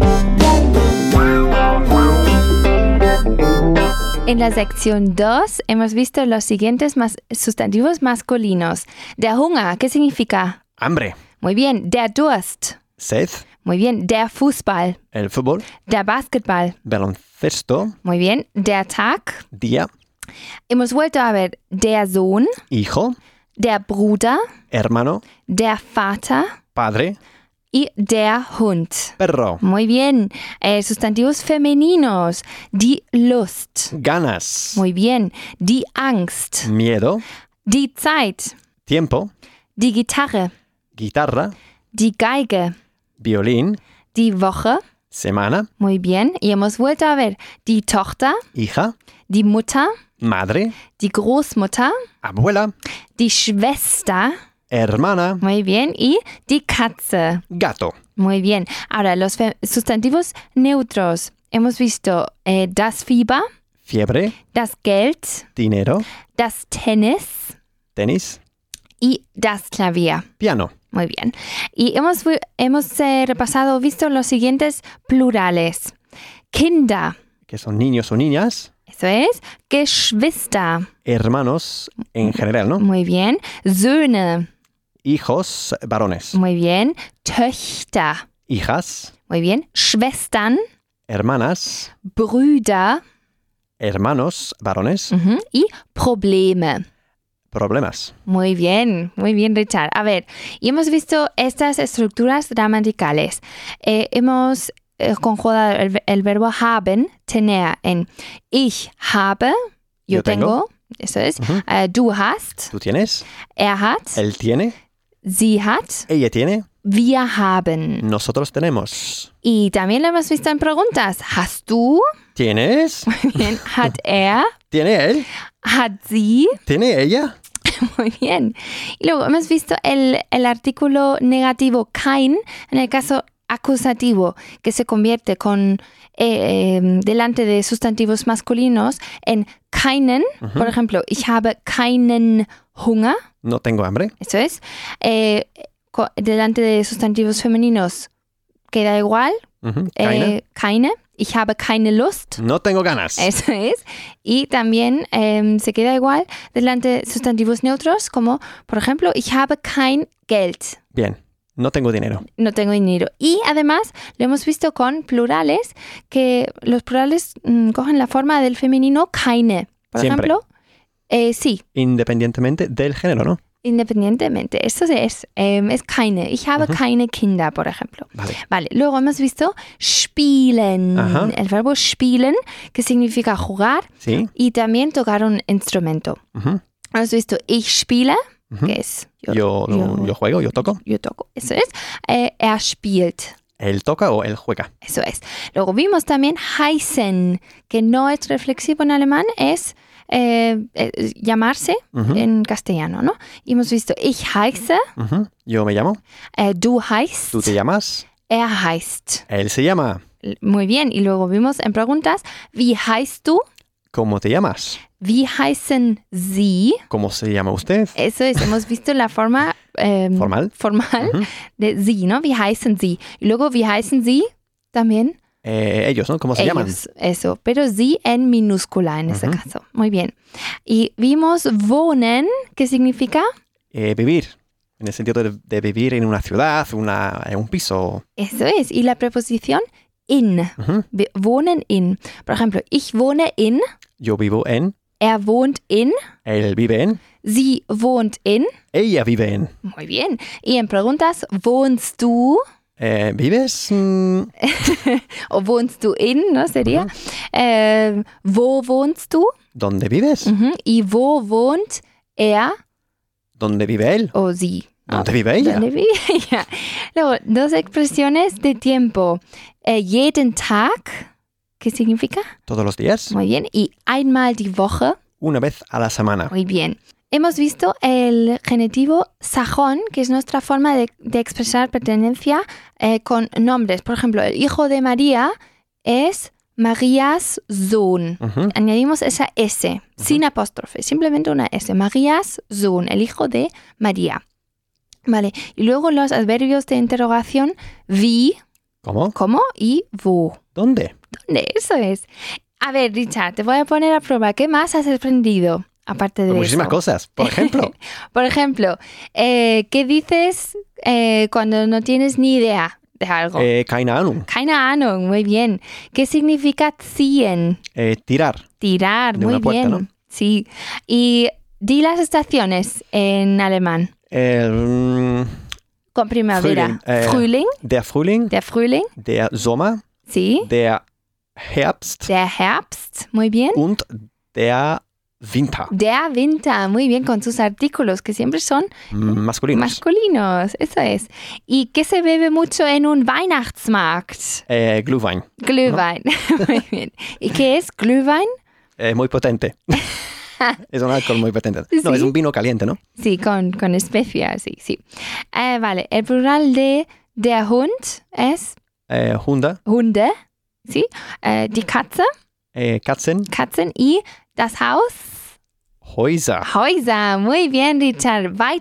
S1: En la sección 2 hemos visto los siguientes mas- sustantivos masculinos. Der Hunger, ¿qué significa?
S2: Hambre,
S1: Muy bien. Der Durst.
S2: sed,
S1: Muy bien. Der Fußball.
S2: el fútbol,
S1: Der Basketball.
S2: baloncesto,
S1: Muy bien. Der Tag.
S2: día,
S1: Hemos vuelto a ver der Sohn,
S2: hijo,
S1: der Bruder,
S2: hermano,
S1: der Vater
S2: padre,
S1: y der Hund.
S2: perro,
S1: Muy bien. Eh, sustantivos femeninos. Die Lust.
S2: ganas,
S1: Muy bien. Die Angst.
S2: miedo,
S1: Die Zeit.
S2: tiempo,
S1: Die Gitarre.
S2: guitarra,
S1: Die Geige.
S2: violín,
S1: Die Woche.
S2: semana,
S1: Muy bien. Y hemos vuelto a ver die Tochter,
S2: hija,
S1: die Mutter,
S2: madre,
S1: die Großmutter,
S2: abuela,
S1: die Schwester.
S2: hermana,
S1: Muy bien. Y die Katze.
S2: gato,
S1: Muy bien. Ahora, los fe- sustantivos neutros. Hemos visto eh, das Fieber,
S2: fiebre,
S1: das Geld,
S2: dinero,
S1: das Tennis
S2: tenis,
S1: y das Klavier.
S2: piano,
S1: Muy bien. Y hemos, vu- hemos eh, repasado, visto los siguientes plurales. Kinder,
S2: que son niños o niñas,
S1: eso es. Geschwister,
S2: hermanos en general, ¿no?
S1: muy bien. Söhne,
S2: Hijos, varones,
S1: muy bien. Töchter,
S2: hijas,
S1: muy bien. Schwestern,
S2: hermanas,
S1: Brüder
S2: hermanos, varones,
S1: ujú, y Probleme.
S2: problemas,
S1: Muy bien, muy bien, Richard. A ver, y hemos visto estas estructuras gramaticales. Eh, hemos eh, conjugado el, ve- el verbo haben, tener, en ich habe, yo,
S2: Yo
S1: tengo,
S2: tengo.
S1: eso es,
S2: Ujú.
S1: eh, du hast,
S2: tú tienes,
S1: er hat,
S2: él tiene,
S1: sie hat,
S2: ella tiene,
S1: wir haben.
S2: nosotros tenemos,
S1: Y también lo hemos visto en preguntas. ¿Hast du? (laughs)
S2: tienes,
S1: Bien, ¿Hat er?
S2: tiene él,
S1: ¿Hat sie?
S2: tiene ella,
S1: (laughs) Muy bien. Y luego hemos visto el, el artículo negativo kein en el caso acusativo, que se convierte con eh, eh, delante de sustantivos masculinos en keinen. Por ejemplo, ich habe keinen Hunger.
S2: no tengo hambre,
S1: Eso es. Eh, co- delante de sustantivos femeninos queda igual.
S2: ujú,
S1: eh,
S2: keine,
S1: keine. Ich habe keine Lust.
S2: no tengo
S1: (laughs)
S2: ganas,
S1: Eso es. Y también em, se queda igual delante de sustantivos neutros, como por ejemplo, ich habe kein Geld.
S2: bien, no tengo dinero,
S1: No tengo dinero. Y además lo hemos visto con plurales, que los plurales mm, cogen la forma del femenino keine. Por
S2: Siempre.
S1: ejemplo, eh, sí,
S2: independientemente del género, ¿no?
S1: independientemente. Eso es, em, es keine. Ich habe
S2: Ujú.
S1: keine Kinder, por ejemplo.
S2: Vale,
S1: Vale, luego hemos visto spielen.
S2: Ajá. Mm.
S1: El verbo spielen, que significa jugar
S2: sí,
S1: y también tocar un instrumento.
S2: ujú,
S1: Has visto, Also, ich spiele,
S2: ujú.
S1: que es
S2: Yo,
S1: yo-
S2: yo juego, yo toco,
S1: yo toco, eso es. Eh, er spielt,
S2: él toca o él juega,
S1: eso es. Luego vimos también heißen, que no es reflexivo en alemán, es eh, eh, llamarse
S2: ujú,
S1: en castellano, ¿no? Y hemos visto, ich heiße,
S2: ujú. yo me llamo,
S1: eh, du heißt,
S2: tú te llamas,
S1: er heißt.
S2: él se llama,
S1: Muy bien, y luego vimos en preguntas, wie heißt du?
S2: ¿cómo te llamas?
S1: Wie heißen sie?
S2: ¿Cómo se llama usted?
S1: Eso es, hemos visto la forma em,
S2: Formal.
S1: formal
S2: Ujú.
S1: de sie, ¿no? Wie heißen sie? Y luego, wie heißen sie? También
S2: Eh, ellos, ¿no? ¿Cómo se llaman?
S1: ellos, eso. Pero sie en minúscula en ese
S2: Ujú.
S1: caso. Muy bien. Y vimos wohnen, que significa
S2: Eh, vivir, en el sentido de, de vivir en una ciudad, una, en un piso.
S1: eso es. Y la preposición in,
S2: Ujú.
S1: Wir wohnen in. Por ejemplo, ich wohne in,
S2: Yo vivo en,
S1: er wohnt in,
S2: él vive en,
S1: sie wohnt in.
S2: ella vive en.
S1: Muy bien. Y en preguntas, ¿wohnst du?
S2: Eh, ¿Vives? Mm,
S1: O wohnst du in, ¿no? Sería. Eh, ¿Wo wohnst du? Mm.
S2: ¿Dónde vives?
S1: Ujú. Y wo wohnt er
S2: ¿Dónde vive él?
S1: o Ah, sie?
S2: ¿Dónde vive ella?
S1: ¿Dónde (laughs) vive ella? Luego, dos expresiones de tiempo. Eh, jeden Tag, ¿qué significa?
S2: Todos los días,
S1: Muy bien. Y einmal die Woche,
S2: una vez a la semana.
S1: muy bien. Hemos visto el genitivo sajón, que es nuestra forma de, de expresar pertenencia eh, con nombres. Por ejemplo, el hijo de María es Marías Sohn.
S2: Ujú.
S1: Añadimos esa S, sin apóstrofe, simplemente una S. Marías Sohn, el hijo de María. Vale, y luego los adverbios de interrogación, wie,
S2: ¿Cómo?
S1: cómo y wo.
S2: ¿Dónde?
S1: ¿Dónde? Eso es. A ver, Richard, te voy a poner a prueba. ¿Qué más has aprendido? Aparte de
S2: Pues Muchísimas
S1: eso?
S2: cosas. Por ejemplo,
S1: Por ejemplo, eh, ¿qué dices eh, cuando no tienes ni idea de algo?
S2: eh, keine Ahnung,
S1: Keine Ahnung, muy bien. ¿Qué significa ziehen?
S2: eh, tirar.
S1: Tirar,
S2: De
S1: muy
S2: una puerta,
S1: bien.
S2: ¿no?
S1: Sí. Y di las estaciones en alemán.
S2: El, mm,
S1: Con primavera.
S2: Frühling, eh.
S1: Frühling,
S2: der Frühling,
S1: der Frühling,
S2: der Sommer,
S1: sí.
S2: der Herbst
S1: Der Herbst, muy bien.
S2: und der Winter.
S1: Der Winter, muy bien, con sus artículos que siempre son Mm.
S2: Masculinos.
S1: masculinos. Eso es. ¿Y qué se bebe mucho en un Weihnachtsmarkt?
S2: eh, Glühwein.
S1: Glühwein. (laughs) Muy bien. ¿Y qué es Glühwein?
S2: Eh,
S1: (laughs)
S2: muy potente. es un alcohol muy potente. No,
S1: Sí.
S2: es un vino caliente, ¿no?
S1: Sí, con, con especias, sí, sí. Eh, vale, el plural de der Hund es
S2: Eh, Hunde,
S1: Hunde, ¿sí? Eh, die Katze,
S2: eh, Katzen,
S1: Katzen y das Haus,
S2: Häuser.
S1: Häuser. Muy bien, Richard. Weit